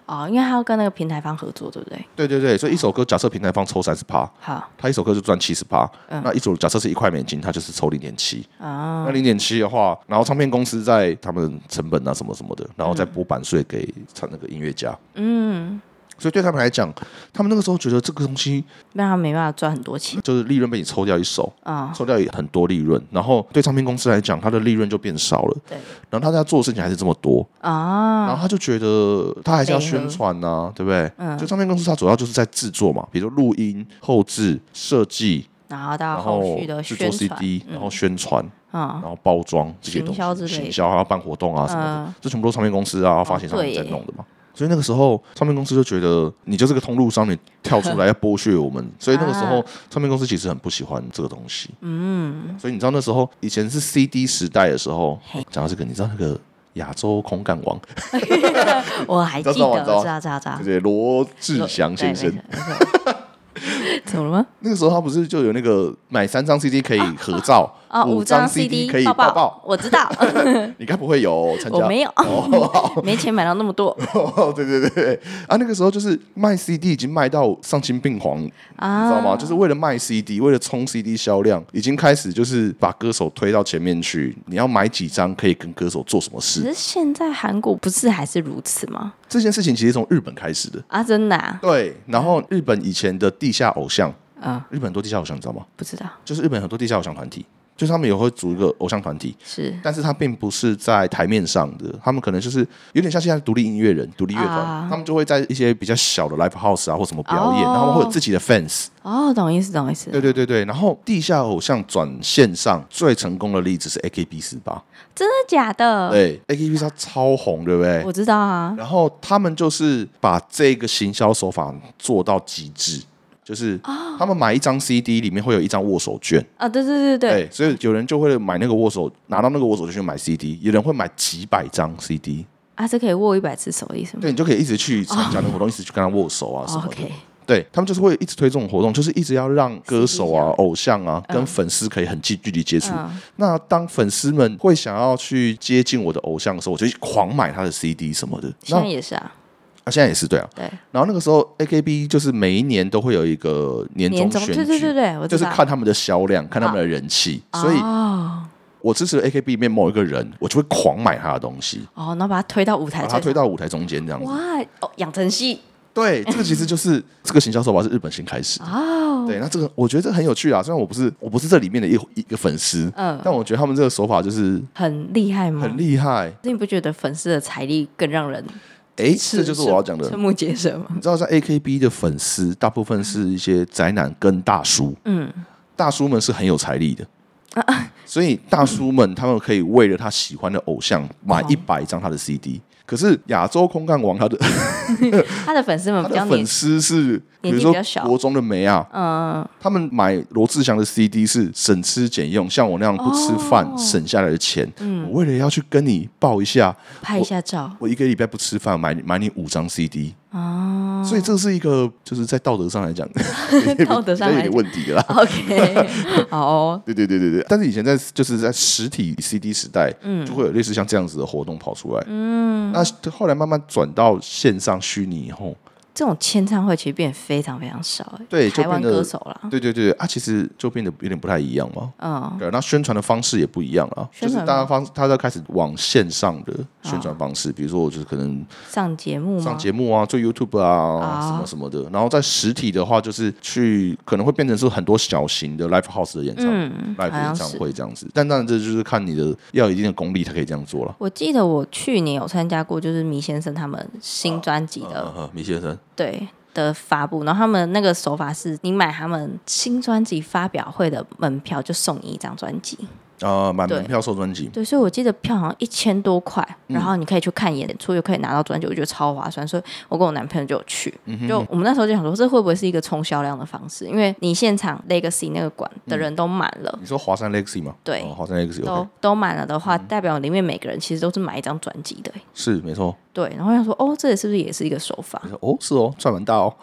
Speaker 2: 哦，因为它要跟那个平台方合作，对不对？
Speaker 1: 对对对，所以一首歌假设平台方抽三十趴，
Speaker 2: 好
Speaker 1: 他一首歌就赚七十趴。
Speaker 2: 嗯
Speaker 1: 那一首假设是一块美金，他就是抽零点七。
Speaker 2: 啊
Speaker 1: 那，零点七的话，然后唱片公司在他们成本啊什么什么的，然后再拨版税给唱那个音乐家。
Speaker 2: 嗯，
Speaker 1: 所以对他们来讲，他们那个时候觉得这个东西
Speaker 2: 让他没办法赚很多钱
Speaker 1: 就是利润被你抽掉一手，
Speaker 2: 啊，
Speaker 1: 抽掉也很多利润，然后对唱片公司来讲，它的利润就变少了。
Speaker 2: 对
Speaker 1: 然后他在做的事情还是这么多，然
Speaker 2: 啊，
Speaker 1: 后他就觉得他还是要宣传呐、对不对？
Speaker 2: 嗯
Speaker 1: 就唱片公司，它主要就是在制作嘛，比如说录音、后置、设计，
Speaker 2: 然后到
Speaker 1: 然
Speaker 2: 后
Speaker 1: 后
Speaker 2: 续的
Speaker 1: 制作
Speaker 2: 宣传，
Speaker 1: CD，然后宣传，
Speaker 2: 啊
Speaker 1: 然，后包装这些东
Speaker 2: 行销
Speaker 1: 西，
Speaker 2: 之类的
Speaker 1: 行销还要办活动啊什么的
Speaker 2: 嗯，哦
Speaker 1: 这全部都是唱片公司啊、发行商
Speaker 2: 对耶
Speaker 1: 在弄的嘛。所以那个时候，唱片公司就觉得你就是个通路商，你跳出
Speaker 2: *laughs*
Speaker 1: 来要剥削我们。所以那个时候
Speaker 2: 啊，
Speaker 1: 唱片公司其实很不喜欢这个东西。
Speaker 2: 嗯，
Speaker 1: 所以你知道那时候以前是 CD 时代的时候
Speaker 2: 嘿，
Speaker 1: 讲到这个，你知道那个亚洲空干王，
Speaker 2: 我还记得，
Speaker 1: 知道吗
Speaker 2: 知道知道知道
Speaker 1: 对不，对？罗志祥先生
Speaker 2: 啊对，，
Speaker 1: *laughs*
Speaker 2: 没错没错怎么了吗？
Speaker 1: 那个时候他不是就有那个买三张 CD 可以合照，
Speaker 2: 哦，五张
Speaker 1: CD 可以
Speaker 2: 抱
Speaker 1: 抱
Speaker 2: 抱，我
Speaker 1: *laughs*
Speaker 2: 知道，
Speaker 1: 你该不会有参加？
Speaker 2: 我没有，
Speaker 1: 哦
Speaker 2: *laughs* 没钱买到那么多
Speaker 1: 有。 *laughs* 对对对，啊，那个时候就是卖 CD 已经卖到丧心病狂，你知
Speaker 2: 啊，
Speaker 1: 道吗？就是为了卖 CD，为了冲 CD 销量，已经开始就是把歌手推到前面去。你要买几张，可以跟歌手做什么
Speaker 2: 只
Speaker 1: 事？
Speaker 2: 是现在韩国不是还是如此吗？
Speaker 1: 这件事情其实从日本开始的。
Speaker 2: 啊，真的啊，
Speaker 1: 对，然后日本以前的地下偶像，
Speaker 2: 啊
Speaker 1: 日本很多地下偶像，你知道吗？
Speaker 2: 不知道
Speaker 1: 就是日本很多地下偶像团体，就是他们也会组一个偶像团体，
Speaker 2: 是
Speaker 1: 但是他并不是在台面上的，他们可能就是有点像现在独立音乐人、独立乐团，
Speaker 2: 啊
Speaker 1: 他们就会在一些比较小的 live house 啊或什么表演，
Speaker 2: 哦
Speaker 1: 然后他们会有自己的 fans。
Speaker 2: 哦，懂意思懂意思
Speaker 1: 对，对对对，然后地下偶像转线上最成功的例子是 AKB 四八，
Speaker 2: 真的假的？
Speaker 1: 对 AKB 它超红，对不对？
Speaker 2: 哦我知道啊，
Speaker 1: 然后他们就是把这个行销手法做到极致，就是
Speaker 2: 哦
Speaker 1: 他们买一张 CD 里面会有一张握手券，
Speaker 2: 啊，对对对对，
Speaker 1: 所以有人就会买那个握手，拿到那个握手就去买 CD，有人会买几百张 CD，
Speaker 2: 啊，这可以握一百次手的意思吗？
Speaker 1: 对你就可以一直去参加那个活动，一直去跟他握手啊什么的。
Speaker 2: 哦 OK，
Speaker 1: 对他们就是会一直推这种活动，就是一直要让歌手啊、偶像啊跟粉丝可以很近距离接触。
Speaker 2: 嗯
Speaker 1: 那当粉丝们会想要去接近我的偶像的时候，我就狂买他的 CD 什么的。
Speaker 2: 现
Speaker 1: 那
Speaker 2: 在也是啊，
Speaker 1: 啊，现在也是对啊。
Speaker 2: 对，
Speaker 1: 然后那个时候 AKB 就是每一年都会有一个年
Speaker 2: 年
Speaker 1: 终
Speaker 2: 终
Speaker 1: 选举，
Speaker 2: 对对对对，我
Speaker 1: 就
Speaker 2: 知
Speaker 1: 是
Speaker 2: 道。
Speaker 1: 看他们的销量，看他们的人气。所以
Speaker 2: 哦
Speaker 1: 我支持 AKB 里面某一个人，我就会狂买他的东西，
Speaker 2: 哦，然后把它推到舞台
Speaker 1: 把
Speaker 2: 最，
Speaker 1: 他推到舞台中间这样子。
Speaker 2: 哇哦，养成系
Speaker 1: 对，这个其实就是
Speaker 2: *laughs*
Speaker 1: 这个行销手法是日本先开始的。
Speaker 2: 哦，
Speaker 1: 对，那这个我觉得这很有趣啊。虽然我不是我不是这里面的一一个粉丝，
Speaker 2: 嗯
Speaker 1: 但我觉得他们这个手法就是
Speaker 2: 很厉害吗？
Speaker 1: 很厉害。
Speaker 2: 那你不觉得粉丝的财力更让人
Speaker 1: 哎，
Speaker 2: 吃
Speaker 1: 这就是我要讲的
Speaker 2: 瞠。目结
Speaker 1: *laughs*
Speaker 2: 舌吗？
Speaker 1: 你知道，像 AKB 的粉丝大部分是一些宅男跟大叔，
Speaker 2: 嗯，啊
Speaker 1: 大叔们是很有财力的。 *laughs* 所以大叔们他们可以为了他喜欢的偶像买
Speaker 2: 哦
Speaker 1: 一百张他的 CD，可是亚洲空干王他的
Speaker 2: 他的粉丝们
Speaker 1: 他
Speaker 2: 比较
Speaker 1: 的
Speaker 2: 年
Speaker 1: 粉，丝是比
Speaker 2: 年纪
Speaker 1: 如说
Speaker 2: 比较小
Speaker 1: 国中的梅啊，
Speaker 2: 嗯，
Speaker 1: 他们买罗志祥的 CD 是省吃俭用，像我那样不吃饭、
Speaker 2: 哦嗯
Speaker 1: 省下来的钱，我为了要去跟你报一下，
Speaker 2: 拍一下照
Speaker 1: 我一个礼拜不吃饭，买买你五张 CD，、
Speaker 2: 哦
Speaker 1: 所以这是一个就是在道德上来讲，有点
Speaker 2: 道德
Speaker 1: *laughs*
Speaker 2: 上
Speaker 1: 有
Speaker 2: 来讲
Speaker 1: 点问题的啦。
Speaker 2: *laughs* OK，好 *laughs* 哦，
Speaker 1: 对对对对对，但是以前在就是在实体 CD 时代，
Speaker 2: 嗯
Speaker 1: 就会有类似像这样子的活动跑出来。嗯，那后来慢慢转到线上虚拟以后，
Speaker 2: 这种签唱会其实变得非常非常少，哎
Speaker 1: 对就
Speaker 2: 台湾
Speaker 1: 变得
Speaker 2: 歌手啦，
Speaker 1: 对对对啊，其实就变得有点不太一样嘛。
Speaker 2: 嗯，
Speaker 1: 对，那宣传的方式也不一样啊，就
Speaker 2: 宣
Speaker 1: 是
Speaker 2: 传啊
Speaker 1: 大家方，大家开始往线上的宣传方式，比如说我就是可能
Speaker 2: 上节目吗
Speaker 1: 上？节目啊，做 YouTube 啊，
Speaker 2: 啊
Speaker 1: 什么什么的。然后在实体的话，就是去可能会变成是很多小型的 Live House 的演唱、
Speaker 2: 嗯，好
Speaker 1: Live 演
Speaker 2: 像
Speaker 1: 唱
Speaker 2: 是。
Speaker 1: 会这样子。但当然这就是看你的要有一定的功力才可以这样做了。
Speaker 2: 我记得我去年有参加过，就是迷先生他们新专辑的
Speaker 1: 嗯嗯，米先生，
Speaker 2: 对的发布，然后他们那个手法是，你买他们新专辑发表会的门票就送你一张专辑，
Speaker 1: 啊，买
Speaker 2: 对
Speaker 1: 门票售专辑，
Speaker 2: 对，所以我记得票好像一千多块，
Speaker 1: 嗯
Speaker 2: 然后你可以去看演出，又可以拿到专辑，我觉得超划算，所以我跟我男朋友就有去，
Speaker 1: 嗯
Speaker 2: 就我们那时候就想说，这会不会是一个冲销量的方式？因为你现场 Legacy 那个馆
Speaker 1: 嗯
Speaker 2: 的人都满了。
Speaker 1: 你说华山 Legacy 吗？
Speaker 2: 对
Speaker 1: 哦华山 Legacy
Speaker 2: 都
Speaker 1: OK，
Speaker 2: 都满了的
Speaker 1: 嗯
Speaker 2: 话，代表里面每个人其实都是买一张专辑的欸，
Speaker 1: 是没错。
Speaker 2: 对。然后想说，哦，这也是不是也是一个手法？
Speaker 1: 你说哦，是哦，赚蛮大哦。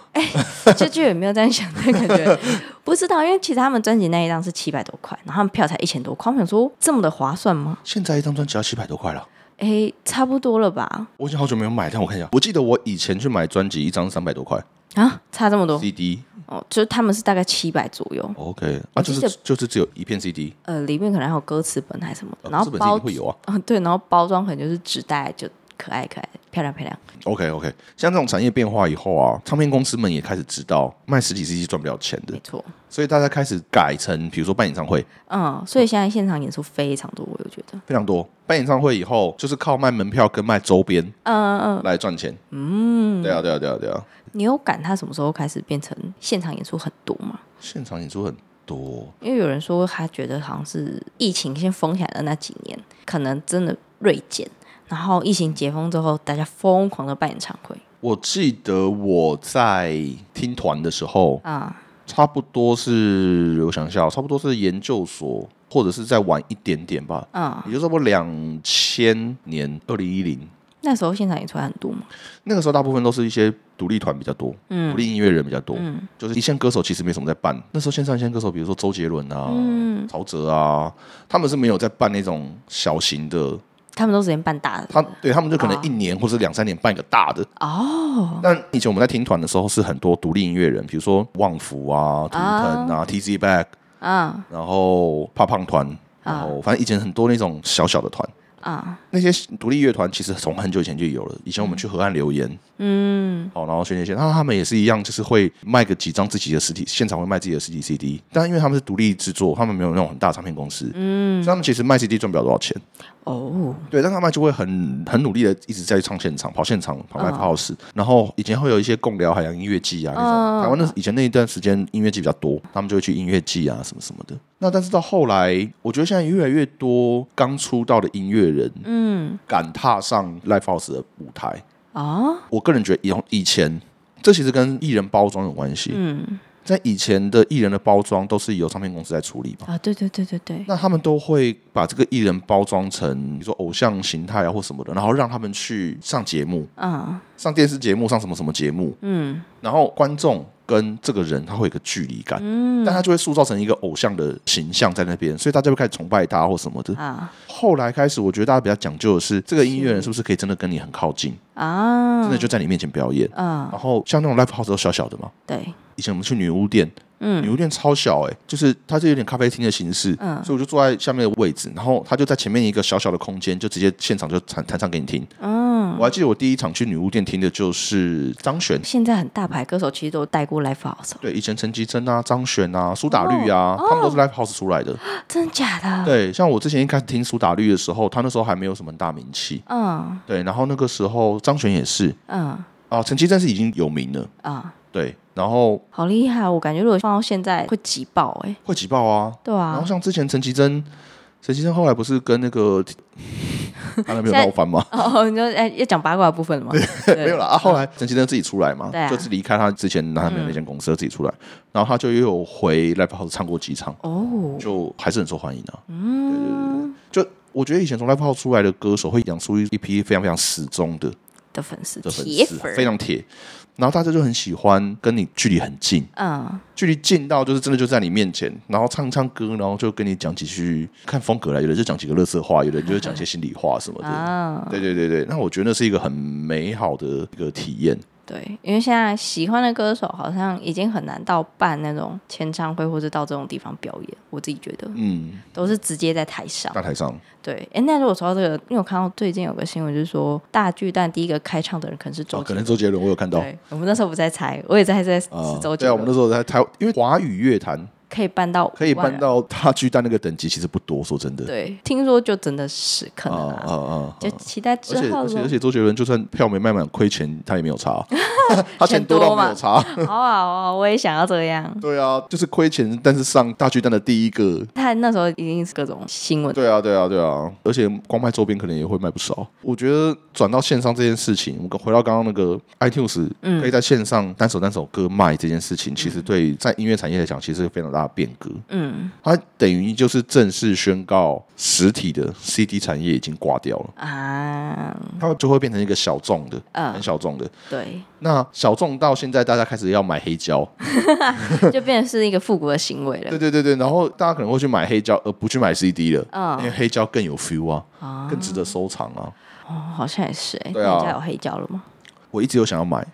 Speaker 2: 就就也没有这样想，但
Speaker 1: *laughs*
Speaker 2: 感觉不知道，因为其实他们专辑那一张是七百多块，然后他们票才一千多块，我想说这么的划算吗？
Speaker 1: 现在一张专辑要七百多块了。
Speaker 2: 哎，差不多了吧？
Speaker 1: 我已经好久没有买，但我看一下，我记得我以前去买专辑一张三百多块
Speaker 2: 啊，差这么多
Speaker 1: CD，
Speaker 2: 哦，就是他们是大概七百左右，
Speaker 1: OK，啊，就
Speaker 2: 记
Speaker 1: 是就是只有一片 CD，
Speaker 2: 呃，里面可能还有歌词本还是什么的，
Speaker 1: 呃
Speaker 2: 然后
Speaker 1: 资本
Speaker 2: 包
Speaker 1: 金会有啊。
Speaker 2: 啊、对，然后包装可能就是纸袋，就可爱可爱，漂亮漂亮，
Speaker 1: OK OK，像这种产业变化以后啊，唱片公司们也开始知道卖实体 CD 赚不了钱的
Speaker 2: 没，错，
Speaker 1: 所以大家开始改成，比如说办演唱会，
Speaker 2: 嗯，所以现在现场演出非常多，我又觉得，
Speaker 1: 非常多。办演唱会以后，就是靠卖门票跟卖周边
Speaker 2: 嗯嗯嗯，
Speaker 1: 来赚钱。嗯，对啊对啊对啊对啊，
Speaker 2: 你有感他什么时候开始变成现场演出很多吗？
Speaker 1: 现场演出很多，
Speaker 2: 因为有人说他觉得好像是疫情先封起来的那几年，可能真的锐减，然后疫情解封之后，大家疯狂的办演唱会
Speaker 1: 我记得我在听团的时候，
Speaker 2: 啊、
Speaker 1: 差不多是我想一下哦，差不多是研究所或者是再晚一点点吧，
Speaker 2: 嗯，
Speaker 1: 也就是差不多两千年二零一零
Speaker 2: 那时候现场演出还很多嘛，
Speaker 1: 那个时候，大部分都是一些独立团比较多，
Speaker 2: 嗯
Speaker 1: 独立音乐人比较多，就是一线歌手其实没什么在办。那时候线上一线歌手，比如说周杰伦啊、
Speaker 2: 嗯
Speaker 1: 陶喆啊，他们是没有在办那种小型的，
Speaker 2: 他们都直接办大的，
Speaker 1: 他对他们就可能
Speaker 2: 啊
Speaker 1: 一年或者两三年办一个大的。
Speaker 2: 哦，
Speaker 1: 但以前我们在听团的时候，是很多独立音乐人，比如说旺福啊、图腾啊、TZ Back，
Speaker 2: 啊
Speaker 1: 然后怕胖团，然后反正以前很多那种小小的团。
Speaker 2: 啊，
Speaker 1: 那些独立乐团其实从很久以前就有了，以前我们去河岸留言，
Speaker 2: 嗯，
Speaker 1: 哦，然后宣传线，那他们也是一样，就是会卖个几张自己的实体，现场会卖自己的实体 CD，但因为他们是独立制作，他们没有那种很大唱片公司，嗯，所以他们其实卖 CD 赚不了多少钱，
Speaker 2: 哦，
Speaker 1: 对，但他们就会很很努力的一直在唱现场，跑现场，
Speaker 2: 嗯
Speaker 1: 跑 live house，、然后以前会有一些共聊海洋音乐季啊那种，
Speaker 2: 嗯
Speaker 1: 台湾那以前那一段时间音乐季比较多，他们就会去音乐季啊什么什么的。那但是到后来，我觉得现在越来越多刚出道的音乐人
Speaker 2: 嗯，
Speaker 1: 敢踏上 live house 的舞台，
Speaker 2: 哦，
Speaker 1: 我个人觉得以以前，这其实跟艺人包装有关系。
Speaker 2: 嗯，
Speaker 1: 在以前的艺人的包装都是由唱片公司在处理嘛，
Speaker 2: 啊，对对对对对，
Speaker 1: 那他们都会把这个艺人包装成，比如说偶像形态啊或什么的，然后让他们去上节目，
Speaker 2: 嗯
Speaker 1: 上电视节目，上什么什么节目，
Speaker 2: 嗯
Speaker 1: 然后观众跟这个人他会有一个距离感，
Speaker 2: 嗯
Speaker 1: 但他就会塑造成一个偶像的形象在那边，所以大家会开始崇拜他或什么的。
Speaker 2: 啊
Speaker 1: 后来开始，我觉得大家比较讲究的是，这个音乐人是不是可以真的跟你很靠近，
Speaker 2: 啊，
Speaker 1: 真的就在你面前表演。
Speaker 2: 嗯
Speaker 1: 然后像那种 live house 都小小的嘛，
Speaker 2: 对，
Speaker 1: 以前我们去女巫店，女
Speaker 2: 嗯
Speaker 1: 巫店超小哎、就是它是有点咖啡厅的形式，
Speaker 2: 嗯
Speaker 1: 所以我就坐在下面的位置，然后他就在前面一个小小的空间，就直接现场就弹弹唱给你听。
Speaker 2: 嗯，
Speaker 1: 我还记得我第一场去女巫店听的就是张悬，
Speaker 2: 现在很大牌歌手其实都带过 Live House，
Speaker 1: 对，以前陈绮贞啊、张悬啊、苏打绿
Speaker 2: 哦
Speaker 1: 啊，他们都是 live house 出来的。
Speaker 2: 真假的？，
Speaker 1: 对，像我之前一开始听苏打绿的时候，他那时候还没有什么大名气，
Speaker 2: 嗯
Speaker 1: 对，然后那个时候张悬也是
Speaker 2: 嗯
Speaker 1: 啊，陈绮贞是已经有名了，
Speaker 2: 啊，
Speaker 1: 对，然后
Speaker 2: 好厉害！我感觉如果放到现在会挤爆哎、
Speaker 1: 会挤爆啊，
Speaker 2: 对
Speaker 1: 然
Speaker 2: 啊
Speaker 1: 后，像之前陈绮贞，陈绮贞后来不是跟那
Speaker 2: *laughs*
Speaker 1: 个 *laughs* 啊她男朋友
Speaker 2: 现在
Speaker 1: 闹翻吗？
Speaker 2: 哦，你就哎要讲八卦的部分了吗？
Speaker 1: *laughs* 没有啦，啊，后来陈绮贞自己出来嘛，
Speaker 2: 对啊
Speaker 1: 就是离开她之前男朋友那间公司，她自己出来，然后她就又有回 Live House 唱过几场，
Speaker 2: 哦，
Speaker 1: 就还是很受欢迎啊。
Speaker 2: 嗯，
Speaker 1: 就我觉得以前从 Live House 出来的歌手，会养出一一批非常非常死忠的
Speaker 2: 的粉丝
Speaker 1: 的粉
Speaker 2: 铁
Speaker 1: 丝，啊
Speaker 2: 粉，
Speaker 1: 非常铁。然后大家就很喜欢跟你距离很近，
Speaker 2: 嗯
Speaker 1: 距离近到就是真的就在你面前，然后唱唱歌，然后就跟你讲几句，看风格来，有的就讲几个乐色话，有的就是讲一些心里话什么的。
Speaker 2: 啊，
Speaker 1: 对对对对，那我觉得那是一个很美好的一个体验。
Speaker 2: 对，因为现在喜欢的歌手好像已经很难到办那种签唱会或者到这种地方表演，我自己觉得
Speaker 1: 嗯，
Speaker 2: 都是直接在台上。
Speaker 1: 大台上，
Speaker 2: 对，哎，那如果说到这个，因为我看到最近有个新闻，就是说大巨蛋第一个开唱的人可能是周
Speaker 1: 哦，可
Speaker 2: 杰
Speaker 1: 能
Speaker 2: 伦。
Speaker 1: 周杰伦我有看到
Speaker 2: 对，我们那时候不在猜，我也在在是
Speaker 1: 啊，
Speaker 2: 周杰
Speaker 1: 对啊，我们那
Speaker 2: 伦，
Speaker 1: 时候在台，因为华语乐坛
Speaker 2: 可以办到
Speaker 1: 可以
Speaker 2: 5万
Speaker 1: 办
Speaker 2: 人。
Speaker 1: 到大巨蛋那个等级其实不多，说真的。
Speaker 2: 对，听说就真的是可
Speaker 1: 啊
Speaker 2: 能
Speaker 1: 啊
Speaker 2: 啊，
Speaker 1: 啊！
Speaker 2: 就期待
Speaker 1: 而且
Speaker 2: 之后
Speaker 1: 而且而
Speaker 2: 咯。
Speaker 1: 且，周杰伦就算票没卖满，亏钱他也没有
Speaker 2: *laughs*
Speaker 1: 差，他钱
Speaker 2: 钱
Speaker 1: 多到
Speaker 2: 多
Speaker 1: 没
Speaker 2: 嘛
Speaker 1: 有差。
Speaker 2: 好啊好啊，我也想要这样。
Speaker 1: 对啊，就是亏钱，但是上大巨蛋的第一个。
Speaker 2: 他那时候已经是各种新
Speaker 1: *laughs*
Speaker 2: 闻，
Speaker 1: 对啊，对啊，对啊，而且光卖周边可能也会卖不少。我觉得转到线上这件事情，我们回到刚刚那个 iTunes，、
Speaker 2: 嗯
Speaker 1: 可以在线上单首单首歌卖这件事情，其实对在音乐产业来讲，其实是非常大的变革。
Speaker 2: 嗯
Speaker 1: 它等于就是正式宣告实体的 CD 产业已经挂掉了，
Speaker 2: 啊，
Speaker 1: 它就会变成一个小众的，
Speaker 2: 嗯
Speaker 1: 很小众的。
Speaker 2: 对，
Speaker 1: 那小众到现在，大家开始要买黑胶，
Speaker 2: *laughs* 就变成是一个复古的行为了
Speaker 1: 对。对对对，然后大家可能会去买黑胶，而不去买 CD 了，
Speaker 2: 嗯
Speaker 1: 因为黑胶更有 feel 啊，
Speaker 2: 啊，
Speaker 1: 更值得收藏啊。
Speaker 2: 哦，好像也是哎、欸。
Speaker 1: 对啊
Speaker 2: 那你家有黑胶了吗？
Speaker 1: 我一直有想要买，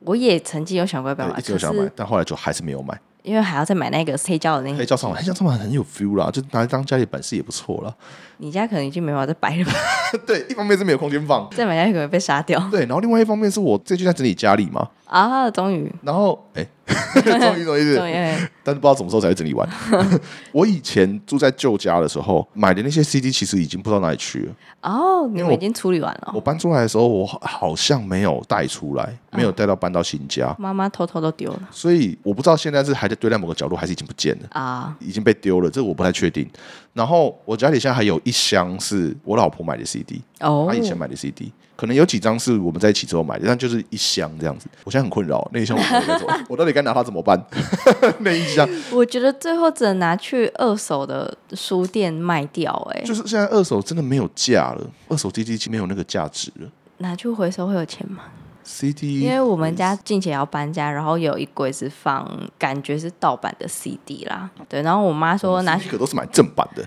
Speaker 2: 我也曾经有想过要不要
Speaker 1: 对，
Speaker 2: 买，
Speaker 1: 一直有
Speaker 2: 可
Speaker 1: 想要买
Speaker 2: 呃是，
Speaker 1: 但后来就还是没有买。
Speaker 2: 因为还要再买那个黑胶的那
Speaker 1: 黑
Speaker 2: 个，
Speaker 1: 胶上网，黑哎胶上网很有 feel 啦，就拿来当家里摆饰也不错啦。
Speaker 2: 你家可能已经没办法再摆了吧？
Speaker 1: *laughs*
Speaker 2: *laughs*
Speaker 1: 对，一方面是没有空间放，
Speaker 2: 再买下去可能被杀掉 *laughs*
Speaker 1: 对，然后另外一方面是我最近在整理家里嘛，
Speaker 2: 啊！终于，
Speaker 1: 然后哎， *laughs* 终于懂意思
Speaker 2: 终，于，哎
Speaker 1: 但是不知道什么时候才会整理 *laughs* 完。我以前住在旧家的时候买的那些 CD，其实已经不知道哪里去了。
Speaker 2: 哦，你
Speaker 1: 因为
Speaker 2: 们
Speaker 1: 我
Speaker 2: 已经处理完了
Speaker 1: 我。搬出来的时候，我好好像没有带出来，没有带到搬到新家。
Speaker 2: 妈妈偷偷都丢了
Speaker 1: 所以我不知道现在是还在堆在某个角落，还是已经不见了，
Speaker 2: 啊！
Speaker 1: 已经被丢了，这我不太确定。然后我家里现在还有一箱是我老婆买的 CD，
Speaker 2: 哦
Speaker 1: 她，以前买的 CD，可能有几张是我们在一起之后买的，但就是一箱这样子。我现在很困扰，那一箱我到底该怎么我到底该拿它怎么办？ *laughs* 那一箱
Speaker 2: 我觉得最后只能拿去二手的书店卖掉、欸，
Speaker 1: 就是现在二手真的没有价了，二手 CD 没有那个价值了
Speaker 2: 拿去回收会有钱吗？
Speaker 1: ，CD
Speaker 2: 因为我们家近期也要搬家，然后有一柜是放感觉是盗版的 CD 啦，对，然后我妈说拿去，啊
Speaker 1: 可都是买正版的，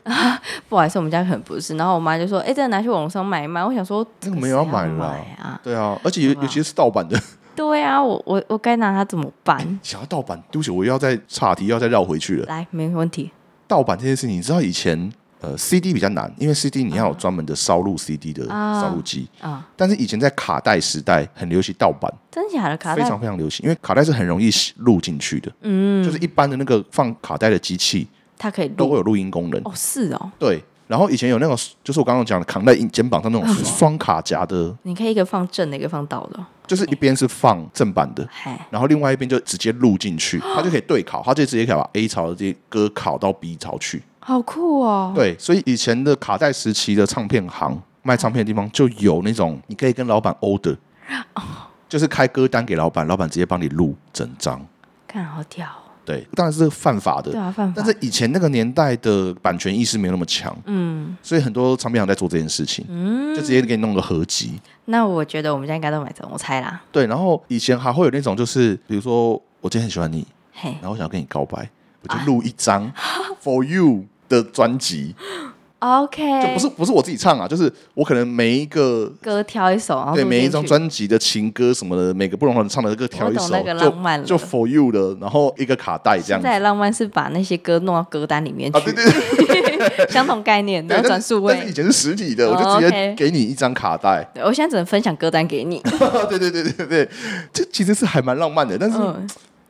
Speaker 2: 不好意思，我们家可能不是，然后我妈就说，哎、这个拿去网络上买一卖，我想说
Speaker 1: 那
Speaker 2: 这
Speaker 1: 个
Speaker 2: 个
Speaker 1: 没有要
Speaker 2: 谁
Speaker 1: 买
Speaker 2: 买
Speaker 1: 了啊
Speaker 2: 啊，
Speaker 1: 对啊，而且尤尤其是盗版的，
Speaker 2: 对啊，我我我该拿它怎么
Speaker 1: *laughs*
Speaker 2: 办？
Speaker 1: 想要盗版，对不起，我又要再岔题，又要再绕回去了。
Speaker 2: 来，没问题，
Speaker 1: 盗版这件事情，你知道以前呃 CD 比较难，因为 CD 你要有专门的烧录 CD 的
Speaker 2: 啊
Speaker 1: 烧录机。
Speaker 2: 啊
Speaker 1: 但是以前在卡带时代很流行盗版，
Speaker 2: 真假的卡
Speaker 1: 非
Speaker 2: 带，
Speaker 1: 常非常流行，因为卡带是很容易录进去的，
Speaker 2: 嗯，
Speaker 1: 就是一般的那个放卡带的机器
Speaker 2: 它可以
Speaker 1: 都会
Speaker 2: 录，
Speaker 1: 有录音功能。
Speaker 2: 哦，是哦，
Speaker 1: 对，然后以前有那种就是我刚刚讲的扛在肩膀上那
Speaker 2: 哦
Speaker 1: 种双卡夹的，
Speaker 2: 你可以一个放正的，一个放倒的，
Speaker 1: 就是一边是放正版的，
Speaker 2: 嗨，
Speaker 1: 然后另外一边就直接录进去，它就可以对拷，它就直接可以把 A 槽的这些歌拷到 B 槽去。
Speaker 2: 好酷哦，
Speaker 1: 对，所以以前的卡带时期的唱片行卖唱片的地方就有那种，你可以跟老板 order，就是开歌单给老板，老板直接帮你录整张。
Speaker 2: 看好屌、哦，
Speaker 1: 对，当然是犯法
Speaker 2: 对
Speaker 1: 的。
Speaker 2: 啊，犯法
Speaker 1: 但。是以前那个年代的版权意识没有那么强，
Speaker 2: 嗯，
Speaker 1: 所以很多唱片行在做这件事情，就直接给你弄个合集。
Speaker 2: 那我觉得我们家应该都买这种，我猜啦。
Speaker 1: 对，然后以前还会有那种，就是比如说我今天很喜欢你，
Speaker 2: 嘿，
Speaker 1: 然后我想要跟你告白，我就录一张
Speaker 2: 哎
Speaker 1: For You 的专辑，就
Speaker 2: OK，
Speaker 1: 不是不是我自己唱啊，就是我可能每一个
Speaker 2: 歌挑一首，然后
Speaker 1: 对
Speaker 2: 录
Speaker 1: 每一
Speaker 2: 进
Speaker 1: 张
Speaker 2: 哦去
Speaker 1: 专辑的情歌什么的，每个不同人唱的歌挑一
Speaker 2: 我
Speaker 1: 首
Speaker 2: 懂那个，浪漫了
Speaker 1: 就就 For You 的，然后一个卡带这样
Speaker 2: 现
Speaker 1: 子
Speaker 2: 在。的浪漫是把那些歌弄到歌单里面去，
Speaker 1: 啊，对对对，
Speaker 2: 相同概念，然
Speaker 1: 对
Speaker 2: 后转数
Speaker 1: *laughs* 但是但是以
Speaker 2: 位。
Speaker 1: 前是实体的，
Speaker 2: 哦
Speaker 1: 我就直接
Speaker 2: OK
Speaker 1: 给你一张卡带。 *laughs*
Speaker 2: 对我现在只能分享歌单给你，
Speaker 1: 对对对对对，这其实是还蛮浪漫的，但是
Speaker 2: 嗯，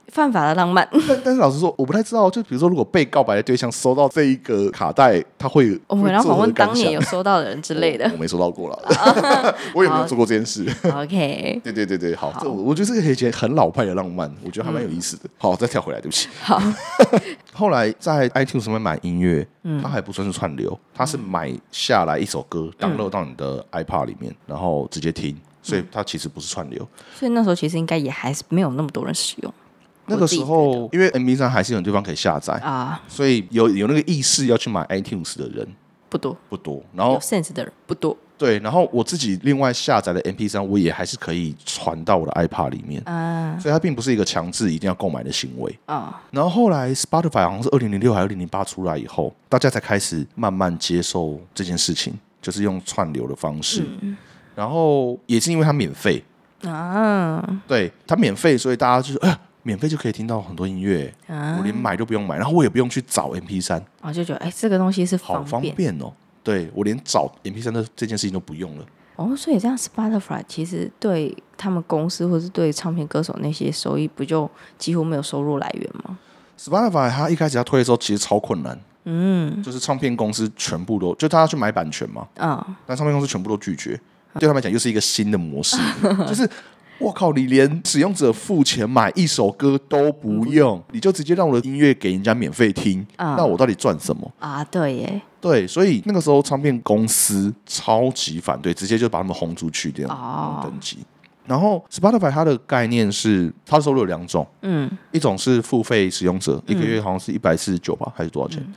Speaker 2: 犯法的浪
Speaker 1: *laughs*
Speaker 2: 漫，
Speaker 1: 但但是老实说，我不太知道，就比如说，如果被告白的对象收到这一个卡带，他会
Speaker 2: 哦我们要
Speaker 1: 会作
Speaker 2: 访
Speaker 1: 何
Speaker 2: 问
Speaker 1: 感
Speaker 2: 当年
Speaker 1: 想
Speaker 2: 有收到的人之类
Speaker 1: 我
Speaker 2: 的
Speaker 1: 我。没收到过了， *laughs* 我也没有做过这件事。
Speaker 2: OK，
Speaker 1: 对对对对，好，
Speaker 2: 好
Speaker 1: 这我我觉得这个以前很老派的浪漫，我觉得还蛮有意思的。好，再跳回来，对不起。
Speaker 2: 好，
Speaker 1: *laughs* 后来在 iTunes 上面买音乐，它还不算是串流，它是买下来一首歌，download 到你的 iPod 里面，然后直接听，所以它其实不是串流。
Speaker 2: 所以那时候其实应该也还是没有那么多人使用
Speaker 1: 那个时候，因为 MV 上还是有地方可以下载，
Speaker 2: 啊，
Speaker 1: 所以有有那个意识要去买 iTunes 的人
Speaker 2: 不多，
Speaker 1: 不多。然后
Speaker 2: 有 sense 的人不多。
Speaker 1: 对，然后我自己另外下载的 MP 3我也还是可以传到我的 iPad 里面，
Speaker 2: 啊
Speaker 1: 所以它并不是一个强制一定要购买的行为。
Speaker 2: 啊，
Speaker 1: 然后后来 Spotify 好像是二零零六还是二零零八出来以后，大家才开始慢慢接受这件事情，就是用串流的方式。然后也是因为它免费，
Speaker 2: 啊，
Speaker 1: 对它免费，所以大家就是哎呀、免费就可以听到很多音乐，我连买都不用买，然后我也不用去找 MP 3
Speaker 2: 我就觉得哎，这个东西是
Speaker 1: 好方
Speaker 2: 便
Speaker 1: 便哦。对我连找 MP 3的这件事情都不用了。
Speaker 2: 哦，所以这样 Spotify 其实对他们公司或是对唱片歌手那些收益，不就几乎没有收入来源吗？
Speaker 1: Spotify 它一开始要推的时候，其实超困难，
Speaker 2: 嗯
Speaker 1: 就是唱片公司全部都，就他要去买版权嘛，
Speaker 2: 啊，
Speaker 1: 但唱片公司全部都拒绝，对他们来讲又是一个新的模式， *laughs* 就是。我靠！你连使用者付钱买一首歌都不用，你就直接让我的音乐给人家免费听，
Speaker 2: 嗯啊
Speaker 1: 那我到底赚什么？
Speaker 2: 啊，对耶，
Speaker 1: 对，所以那个时候唱片公司超级反对，直接就把他们轰出去掉，
Speaker 2: 哦
Speaker 1: 登记。然后 Spotify 它的概念是，它的收入有两种，
Speaker 2: 嗯
Speaker 1: 一种是付费使用者，一个月好像是一百四十九吧，还是多少钱？
Speaker 2: 嗯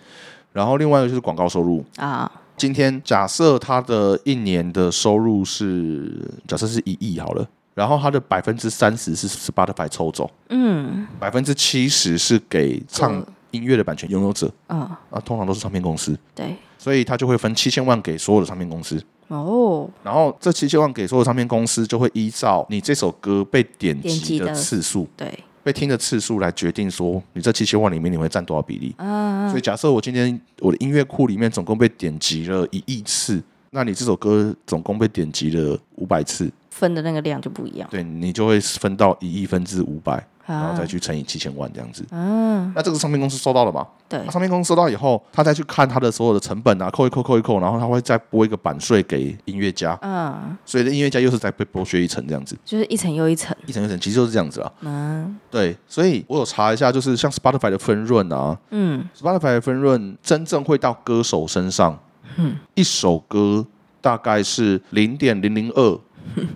Speaker 1: 然后另外一个就是广告收入。
Speaker 2: 啊，
Speaker 1: 今天假设他的一年的收入是假设是一亿好了，然后他的百分之三十是 Spotify 抽走，
Speaker 2: 嗯
Speaker 1: 百分之七十是给唱
Speaker 2: 嗯
Speaker 1: 音乐的版权拥有者
Speaker 2: 啊，
Speaker 1: 啊，通常都是唱片公司，
Speaker 2: 对，
Speaker 1: 所以他就会分七千万给所有的唱片公司。
Speaker 2: 哦，
Speaker 1: 然后这七千万给所有唱片公司，就会依照你这首歌被点
Speaker 2: 点
Speaker 1: 击
Speaker 2: 击
Speaker 1: 的
Speaker 2: 的
Speaker 1: 次数、
Speaker 2: 对，
Speaker 1: 被听的次数来决定说，你这七千万里面你会占多少比例。
Speaker 2: 啊，
Speaker 1: 所以假设我今天我的音乐库里面总共被点击了一亿次，那你这首歌总共被点击了五百次，
Speaker 2: 分的那个量就不一样
Speaker 1: 对你就会分到一亿分之五百，然后
Speaker 2: 啊
Speaker 1: 再，去乘以七千万这样子。
Speaker 2: 嗯，
Speaker 1: 那这个唱片公司收到了嘛？
Speaker 2: 对
Speaker 1: 那，唱片公司收到以后，他再去看他的所有的成本啊，扣一扣扣一扣，然后他会再拨一个版税给音乐家，
Speaker 2: 嗯，
Speaker 1: 所以的音乐家又是在被剥削一层这样子，
Speaker 2: 就是一层又一层，
Speaker 1: 一层一层，其实就是这样子啊。
Speaker 2: 嗯
Speaker 1: 对，所以我有查一下，就是像 Spotify 的分润啊，
Speaker 2: 嗯
Speaker 1: Spotify 的分润真正会到歌手身上，一首歌大概是零点零零
Speaker 2: *laughs*
Speaker 1: 二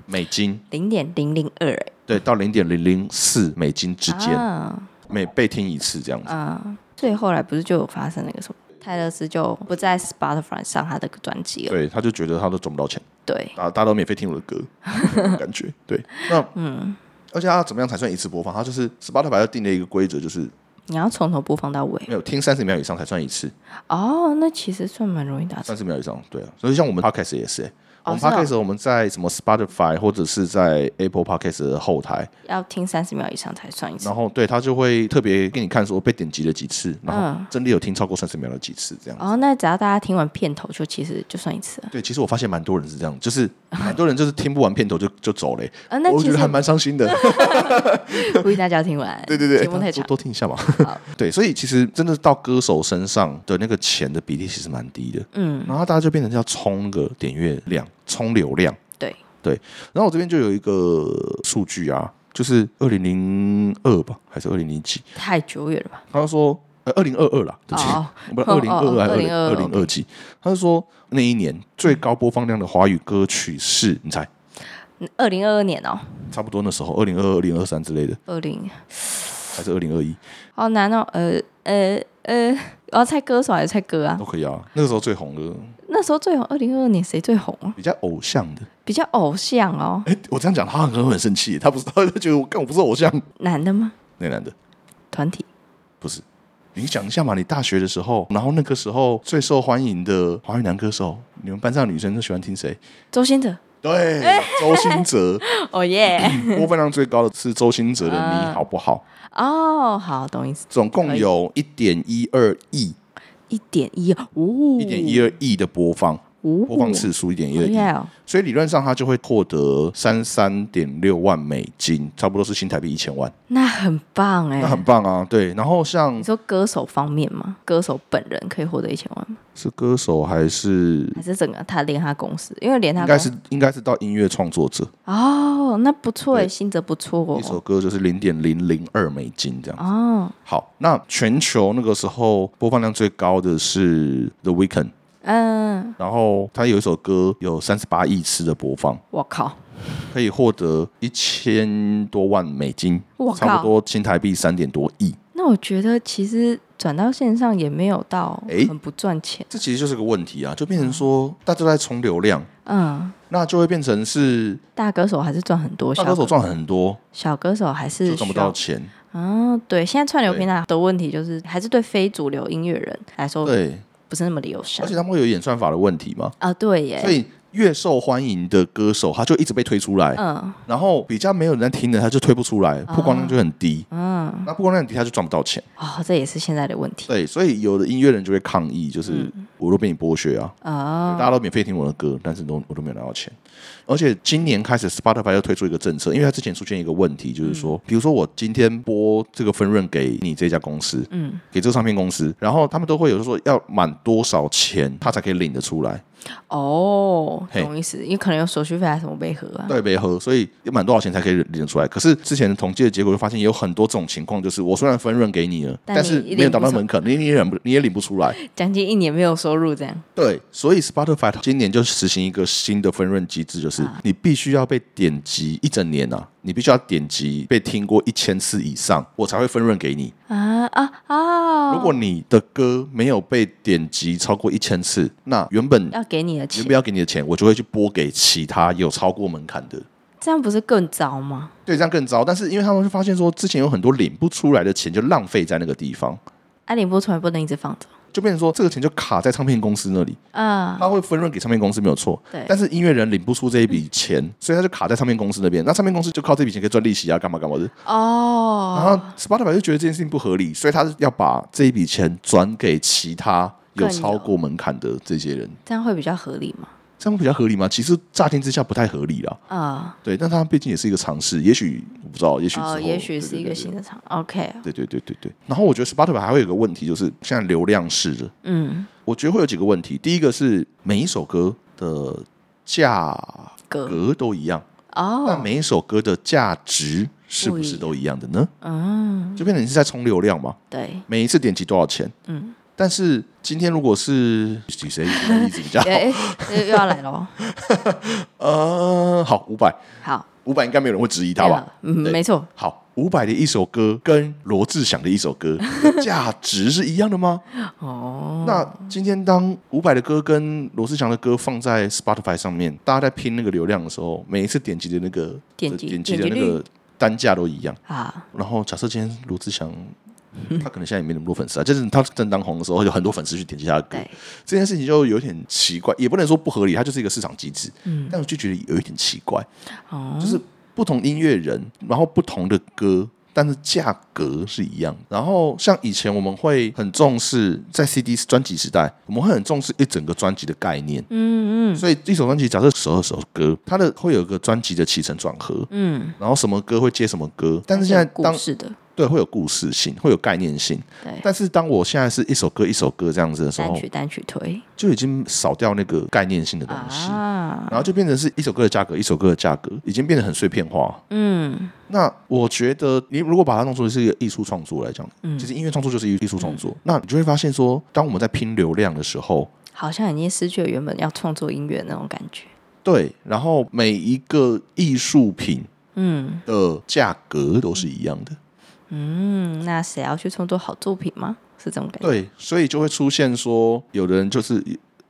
Speaker 1: 美金，
Speaker 2: 零点零零二
Speaker 1: 对，到零点零零四美金之间，
Speaker 2: 啊
Speaker 1: 每被听一次这样子。
Speaker 2: 啊，所以后来不是就有发生那个什么？泰勒斯就不在 Spotify 上他的专辑了，
Speaker 1: 对，他就觉得他都赚不到钱，
Speaker 2: 对，
Speaker 1: 啊，大家都免费听我的
Speaker 2: *laughs*
Speaker 1: 歌，那种感觉。对，那嗯，而且他怎么样才算一次播放？他就是 Spotify 就定了一个规则，就是
Speaker 2: 你要从头播放到尾。
Speaker 1: 没有听三十秒以上才算一次，
Speaker 2: 哦，那其实算蛮容易达成
Speaker 1: 三十秒以上，对啊。所以像我们 podcast 也是、欸。我
Speaker 2: 哦
Speaker 1: 们
Speaker 2: 是哦
Speaker 1: podcast 我们在什么 Spotify 或者是在 Apple podcast 的后台，
Speaker 2: 要听三十秒以上才算一次
Speaker 1: 然。后对他就会特别给你看说被点击了几次，然后
Speaker 2: 嗯
Speaker 1: 真的有听超过三十秒的几次这样。
Speaker 2: 哦，那只要大家听完片头，就其实就算一次了。
Speaker 1: 对，其实我发现蛮多人是这样，就是蛮多人就是听不完片头就就走嘞、
Speaker 2: 啊， *laughs* 那
Speaker 1: 我
Speaker 2: 其
Speaker 1: 觉得还
Speaker 2: 实
Speaker 1: 蛮伤心
Speaker 2: *laughs*
Speaker 1: 的。
Speaker 2: 呼吁大家听完。
Speaker 1: *laughs* 对对对，哎
Speaker 2: 节目太
Speaker 1: 多
Speaker 2: 长。
Speaker 1: 多听一下嘛
Speaker 2: 好。
Speaker 1: *laughs* 对，所以其实真的到歌手身上的那个钱的比例其实蛮低的，
Speaker 2: 嗯，
Speaker 1: 然后大家就变成要冲那个点阅量、冲流量。
Speaker 2: 对，
Speaker 1: 然后我这边就有一个数据啊，就是二零零二吧，还是二零零几？
Speaker 2: 太久远了吧？
Speaker 1: 他说呃二零二二啦，对不起，
Speaker 2: 哦，
Speaker 1: *laughs* 不是
Speaker 2: 哦
Speaker 1: 二零二
Speaker 2: 哦
Speaker 1: 还是二
Speaker 2: 2022
Speaker 1: 零二几？他是说那一年最高播放量的华语歌曲是，你猜？
Speaker 2: 二零二二年哦，
Speaker 1: 差不多那时候，二零二二、二零二三之类的，
Speaker 2: 二零
Speaker 1: 还是二零二一
Speaker 2: 好难哦，呃呃呃，我要猜歌手还是猜歌啊
Speaker 1: 都？可以啊。那个时候最红的
Speaker 2: 那时候最红，二零二二年谁最红啊？
Speaker 1: 比较偶像的，
Speaker 2: 比较偶像哦，
Speaker 1: 哎、我这样讲他很可能很生气，他不是 *laughs* 他就觉得我干我不是偶像，
Speaker 2: 男的吗？
Speaker 1: 那男的
Speaker 2: 团体
Speaker 1: 不是。你想一下嘛，你大学的时候，然后那个时候最受欢迎的华语男歌手，你们班上的女生都喜欢听谁？
Speaker 2: 周星哲，
Speaker 1: 对， *laughs* 周兴哲，
Speaker 2: 哦耶，
Speaker 1: 播放量最高的是周兴哲的《你
Speaker 2: *laughs* 啊
Speaker 1: 好不好》，
Speaker 2: 哦，好，懂意思，
Speaker 1: 总共
Speaker 2: 可以
Speaker 1: 有一点一二亿，
Speaker 2: 一点一，哦，
Speaker 1: 一点一，二亿的播放，
Speaker 2: 哦，
Speaker 1: 播放次数一点一
Speaker 2: 好
Speaker 1: 二
Speaker 2: 厉害
Speaker 1: 亿，
Speaker 2: 哦，
Speaker 1: 所以理论上他就会获得三三点六万美金，差不多是新台币一千万，
Speaker 2: 那很棒哎，
Speaker 1: 那很棒啊。对，然后像
Speaker 2: 你说歌手方面吗？歌手本人可以获得一千万吗？
Speaker 1: 是歌手还是
Speaker 2: 还是整个他连他公司？因为连他
Speaker 1: 应该
Speaker 2: 公
Speaker 1: 是应该是到音乐创作者，
Speaker 2: 哦，那不错哎，
Speaker 1: 对
Speaker 2: 新哲不错
Speaker 1: 一首
Speaker 2: 哦。
Speaker 1: 歌就是零点零零二美金这样。
Speaker 2: 哦，
Speaker 1: 好，那全球那个时候播放量最高的是 The Weeknd。
Speaker 2: 嗯，
Speaker 1: 然后他有一首歌有三十八亿次的播放，
Speaker 2: 我靠，
Speaker 1: 可以获得一千多万美金
Speaker 2: 我，靠
Speaker 1: 差不多新台币三点多亿。
Speaker 2: 那我觉得其实转到线上也没有到
Speaker 1: 诶
Speaker 2: 很不赚钱。
Speaker 1: 这其实就是个问题啊，就变成说大家都在冲流量，
Speaker 2: 嗯，
Speaker 1: 那就会变成是
Speaker 2: 大歌手还是赚很多，
Speaker 1: 大
Speaker 2: 小
Speaker 1: 歌手赚很多，
Speaker 2: 小歌手还
Speaker 1: 就是赚不
Speaker 2: 需要
Speaker 1: 到钱。
Speaker 2: 嗯，对，现在串流平台的问题就是，还是对非主流音乐人来说
Speaker 1: 对，
Speaker 2: 不是那么的友善
Speaker 1: 而且他们会有演算法的问题嘛，
Speaker 2: 啊。对耶，
Speaker 1: 所以越受欢迎的歌手他就一直被推出来，
Speaker 2: 嗯哦
Speaker 1: 然后比较没有人在听的他就推不出来，曝光量就很低。
Speaker 2: 嗯，
Speaker 1: 那曝光量低，他就赚不到钱。
Speaker 2: 哦，这也是现在的问题
Speaker 1: 对，所以有的音乐人就会抗议，就是我都被你剥削啊，
Speaker 2: 嗯哦。
Speaker 1: 大家都免费听我的歌，但是都我都没有拿到钱。而且今年开始，Spotify 又推出一个政策，因为它之前出现一个问题，就是
Speaker 2: 嗯
Speaker 1: 说，比如说我今天播这个分润给你这家公司，
Speaker 2: 嗯，
Speaker 1: 给这个唱片公司，然后他们都会有说要满多少钱，他才可以领得出来，
Speaker 2: 哦，
Speaker 1: 嘿
Speaker 2: 懂意思，因为可能有手续费还是什么被合啊。
Speaker 1: 对没合，所以要满多少钱才可以领得出来。可是之前的统计的结果就发现，有很多这种情况，就是我虽然分润给你了，
Speaker 2: 但
Speaker 1: 但是
Speaker 2: 你
Speaker 1: 没有达到
Speaker 2: 领不出
Speaker 1: 门槛，你你也领不你也领不出来。
Speaker 2: 将近一年没有收入这样。
Speaker 1: 对，所以 Spotify 今年就实行一个新的分润机制，就是
Speaker 2: 啊
Speaker 1: 你必须要被点击一整年啊，你必须要点击被听过一千次以上，我才会分润给你。
Speaker 2: 啊啊啊！
Speaker 1: 如果你的歌没有被点击超过一千次，那原本
Speaker 2: 要给你的钱
Speaker 1: 原，本要给你的钱，我就会去拨给其他有超过门槛的。
Speaker 2: 这样不是更糟吗？
Speaker 1: 对，这样更糟。但是因为他们会发现说，之前有很多领不出来的钱就浪费在那个地方，
Speaker 2: 啊，领不出来不能一直放着
Speaker 1: 就变成说这个钱就卡在唱片公司那里。
Speaker 2: 啊。
Speaker 1: 他会分润给唱片公司没有错，
Speaker 2: 对
Speaker 1: 但是音乐人领不出这一笔钱，所以他就卡在唱片公司那边。那唱片公司就靠这笔钱可以赚利息啊，干嘛干嘛的。然
Speaker 2: 哦，
Speaker 1: 后 Spotify 就觉得这件事情不合理，所以他是要把这一笔钱转给其他有
Speaker 2: 更有
Speaker 1: 超过门槛的这些人，
Speaker 2: 这样会比较合理吗？
Speaker 1: 这样比较合理吗？其实乍听之下不太合理啦。
Speaker 2: 啊，
Speaker 1: 对，但他毕竟也是一个尝试，也许我不知道，也许之后
Speaker 2: 哦，也
Speaker 1: 对
Speaker 2: 许是一个新的厂。OK，
Speaker 1: 对对对对对对。然后我觉得 Spotify 还会有一个问题，就是现在流量式的，
Speaker 2: 嗯，
Speaker 1: 我觉得会有几个问题。第一个是每一首歌的价
Speaker 2: 哥，
Speaker 1: 格都一样。那
Speaker 2: 哦，
Speaker 1: 每一首歌的价值是不是都一样的呢？
Speaker 2: 嗯，
Speaker 1: 就变成你是在冲流量嘛？
Speaker 2: 对，
Speaker 1: 每一次点击多少钱？
Speaker 2: 嗯，
Speaker 1: 但是今天如果是举谁举例子比较好？
Speaker 2: *laughs* 哎，哎又要来喽。
Speaker 1: 呃，好，五百， *laughs*
Speaker 2: 好，
Speaker 1: 五百应该没有人会质疑他吧？
Speaker 2: 嗯，
Speaker 1: 对
Speaker 2: 没错，
Speaker 1: 好，五百的一首歌跟罗志祥的一首
Speaker 2: *laughs*
Speaker 1: 歌的价值是一样的吗？
Speaker 2: 哦，
Speaker 1: 那今天当伍佰的歌跟罗志祥的歌放在 Spotify 上面，大家在拼那个流量的时候，每一次点击的那个
Speaker 2: 点击
Speaker 1: 点击的
Speaker 2: 点击
Speaker 1: 那
Speaker 2: 率
Speaker 1: 个单价都一样。
Speaker 2: 啊，
Speaker 1: 然后假设今天罗志祥，他可能现在也没那么多粉丝啊，就是他正当红的时候，有很多粉丝去点击他的歌
Speaker 2: 对，
Speaker 1: 这件事情就有点奇怪，也不能说不合理，它就是一个市场机制，嗯，但我就觉得有一点奇怪，
Speaker 2: 哦，
Speaker 1: 就是不同音乐人，然后不同的歌。但是价格是一样的，然后像以前我们会很重视在 CD 专辑时代，我们会很重视一整个专辑的概念，
Speaker 2: 嗯嗯
Speaker 1: 所以一首专辑假设十二首歌，它的会有一个专辑的起承转合，
Speaker 2: 嗯，
Speaker 1: 然后什么歌会接什么歌，但是
Speaker 2: 还
Speaker 1: 现在
Speaker 2: 有
Speaker 1: 当
Speaker 2: 故事的，
Speaker 1: 对，会有故事性，会有概念性。
Speaker 2: 对，
Speaker 1: 但是当我现在是一首歌一首歌这样子的时
Speaker 2: 单
Speaker 1: 候
Speaker 2: 曲，单曲推
Speaker 1: 就已经少掉那个概念性的东西，
Speaker 2: 啊，
Speaker 1: 然后就变成是一首歌的价格，一首歌的价格，已经变得很碎片化。
Speaker 2: 嗯，
Speaker 1: 那我觉得，你如果把它弄出是一个艺术创作来讲，
Speaker 2: 嗯
Speaker 1: 其实音乐创作就是艺术创作。那你就会发现说，当我们在拼流量的时候，
Speaker 2: 好像已经失去了原本要创作音乐那种感觉，
Speaker 1: 对，然后每一个艺术品
Speaker 2: 嗯
Speaker 1: 的价格都是一样的。
Speaker 2: 嗯，那谁要去创作好作品吗？是这种感觉。
Speaker 1: 对，所以就会出现说，有的人就是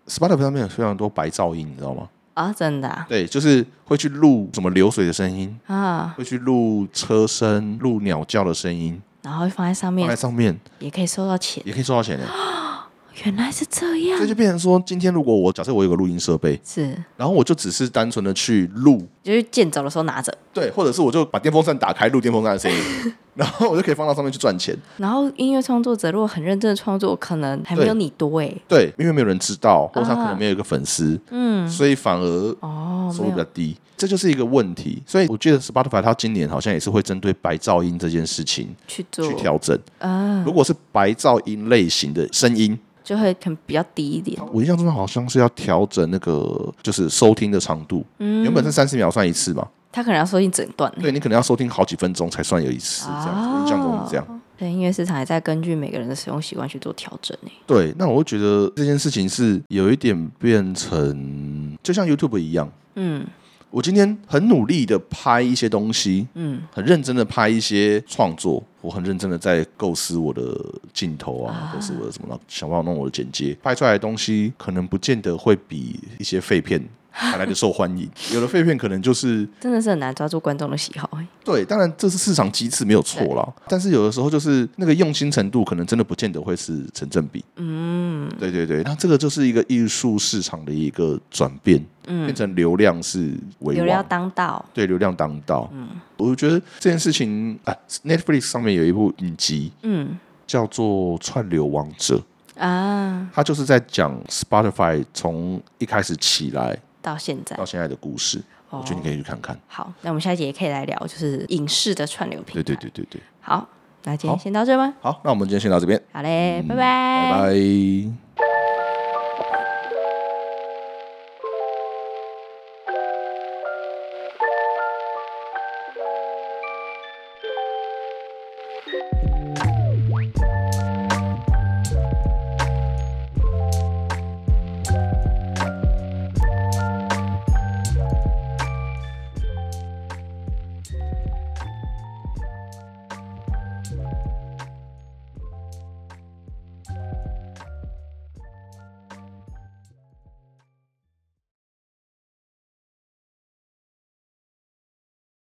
Speaker 1: Spotify 上面有非常多白噪音，你知道吗？
Speaker 2: 啊，真的啊，
Speaker 1: 对，就是会去录什么流水的声音，
Speaker 2: 啊
Speaker 1: 会去录车声、录鸟叫的声音，
Speaker 2: 然后放在
Speaker 1: 放
Speaker 2: 上
Speaker 1: 在
Speaker 2: 面
Speaker 1: 上面
Speaker 2: 也可以收到钱，
Speaker 1: 也可以收到钱的。
Speaker 2: 原来是这
Speaker 1: 所以
Speaker 2: 样，
Speaker 1: 就变成说，今天如果我假设我有个录音设备，
Speaker 2: 是
Speaker 1: 然后我就只是单纯的去录，
Speaker 2: 就是剑走的时候拿着，
Speaker 1: 对，或者是我就把电风扇打开录电风扇的声音， *laughs* 然后我就可以放到上面去赚钱。
Speaker 2: 然后音乐创作者如果很认真的创作，可能还没有
Speaker 1: 对
Speaker 2: 你多哎，
Speaker 1: 对，因为没有人知道，或者他可
Speaker 2: 啊
Speaker 1: 能没有一个粉丝，
Speaker 2: 嗯，
Speaker 1: 所以反而
Speaker 2: 哦，
Speaker 1: 收入比
Speaker 2: 没
Speaker 1: 较
Speaker 2: 有，
Speaker 1: 低，这就是一个问题。所以我记得 Spotify 它今年好像也是会针对白噪音这件事情
Speaker 2: 去做
Speaker 1: 去调整。
Speaker 2: 啊，
Speaker 1: 如果是白噪音类型的声音，
Speaker 2: 就会可能比较低一点，
Speaker 1: 我印象中好像是要调整那个就是收听的长度，
Speaker 2: 嗯，
Speaker 1: 原本是三十秒算一次嘛，
Speaker 2: 他可能要收进整段，
Speaker 1: 对你可能要收听好几分钟才算有一次这样子。我印象中是这样。
Speaker 2: 哦。对，音乐市场也在根据每个人的使用习惯去做调整诶。
Speaker 1: 对，那我会觉得这件事情是有一点变成就像 YouTube 一样，
Speaker 2: 嗯
Speaker 1: 我今天很努力的拍一些东西，
Speaker 2: 嗯
Speaker 1: 很认真的拍一些创作，我很认真的在构思我的镜头啊，构思我的什么，然后想办法弄我的剪接，拍出来的东西可能不见得会比一些废片还来的受欢迎。有的废片可能就是
Speaker 2: 真的是很难抓住观众的喜好欸诶。
Speaker 1: 对，当然这是市场机制没有错啦，但是有的时候就是那个用心程度，可能真的不见得会是成正比。
Speaker 2: 嗯
Speaker 1: 对对对，那这个就是一个艺术市场的一个转变，变
Speaker 2: 嗯，
Speaker 1: 成流量是为
Speaker 2: 流量嗯
Speaker 1: 王。
Speaker 2: 当道，
Speaker 1: 对流量当道，我觉得这件事情啊，Netflix 上面有一部影集，
Speaker 2: 嗯
Speaker 1: 叫做《串流王者》，
Speaker 2: 啊，
Speaker 1: 它就是在讲 Spotify 从一开始起来
Speaker 2: 到现在
Speaker 1: 到现在的故事。
Speaker 2: 哦
Speaker 1: 我觉得你可以去看看。
Speaker 2: 好，那我们下一节也可以来聊，就是影视的串流平台。
Speaker 1: 对对对对对，
Speaker 2: 好，那今天
Speaker 1: 好
Speaker 2: 先到这吧。
Speaker 1: 好，那我们今天先到这边，
Speaker 2: 好嘞，拜
Speaker 1: 拜拜。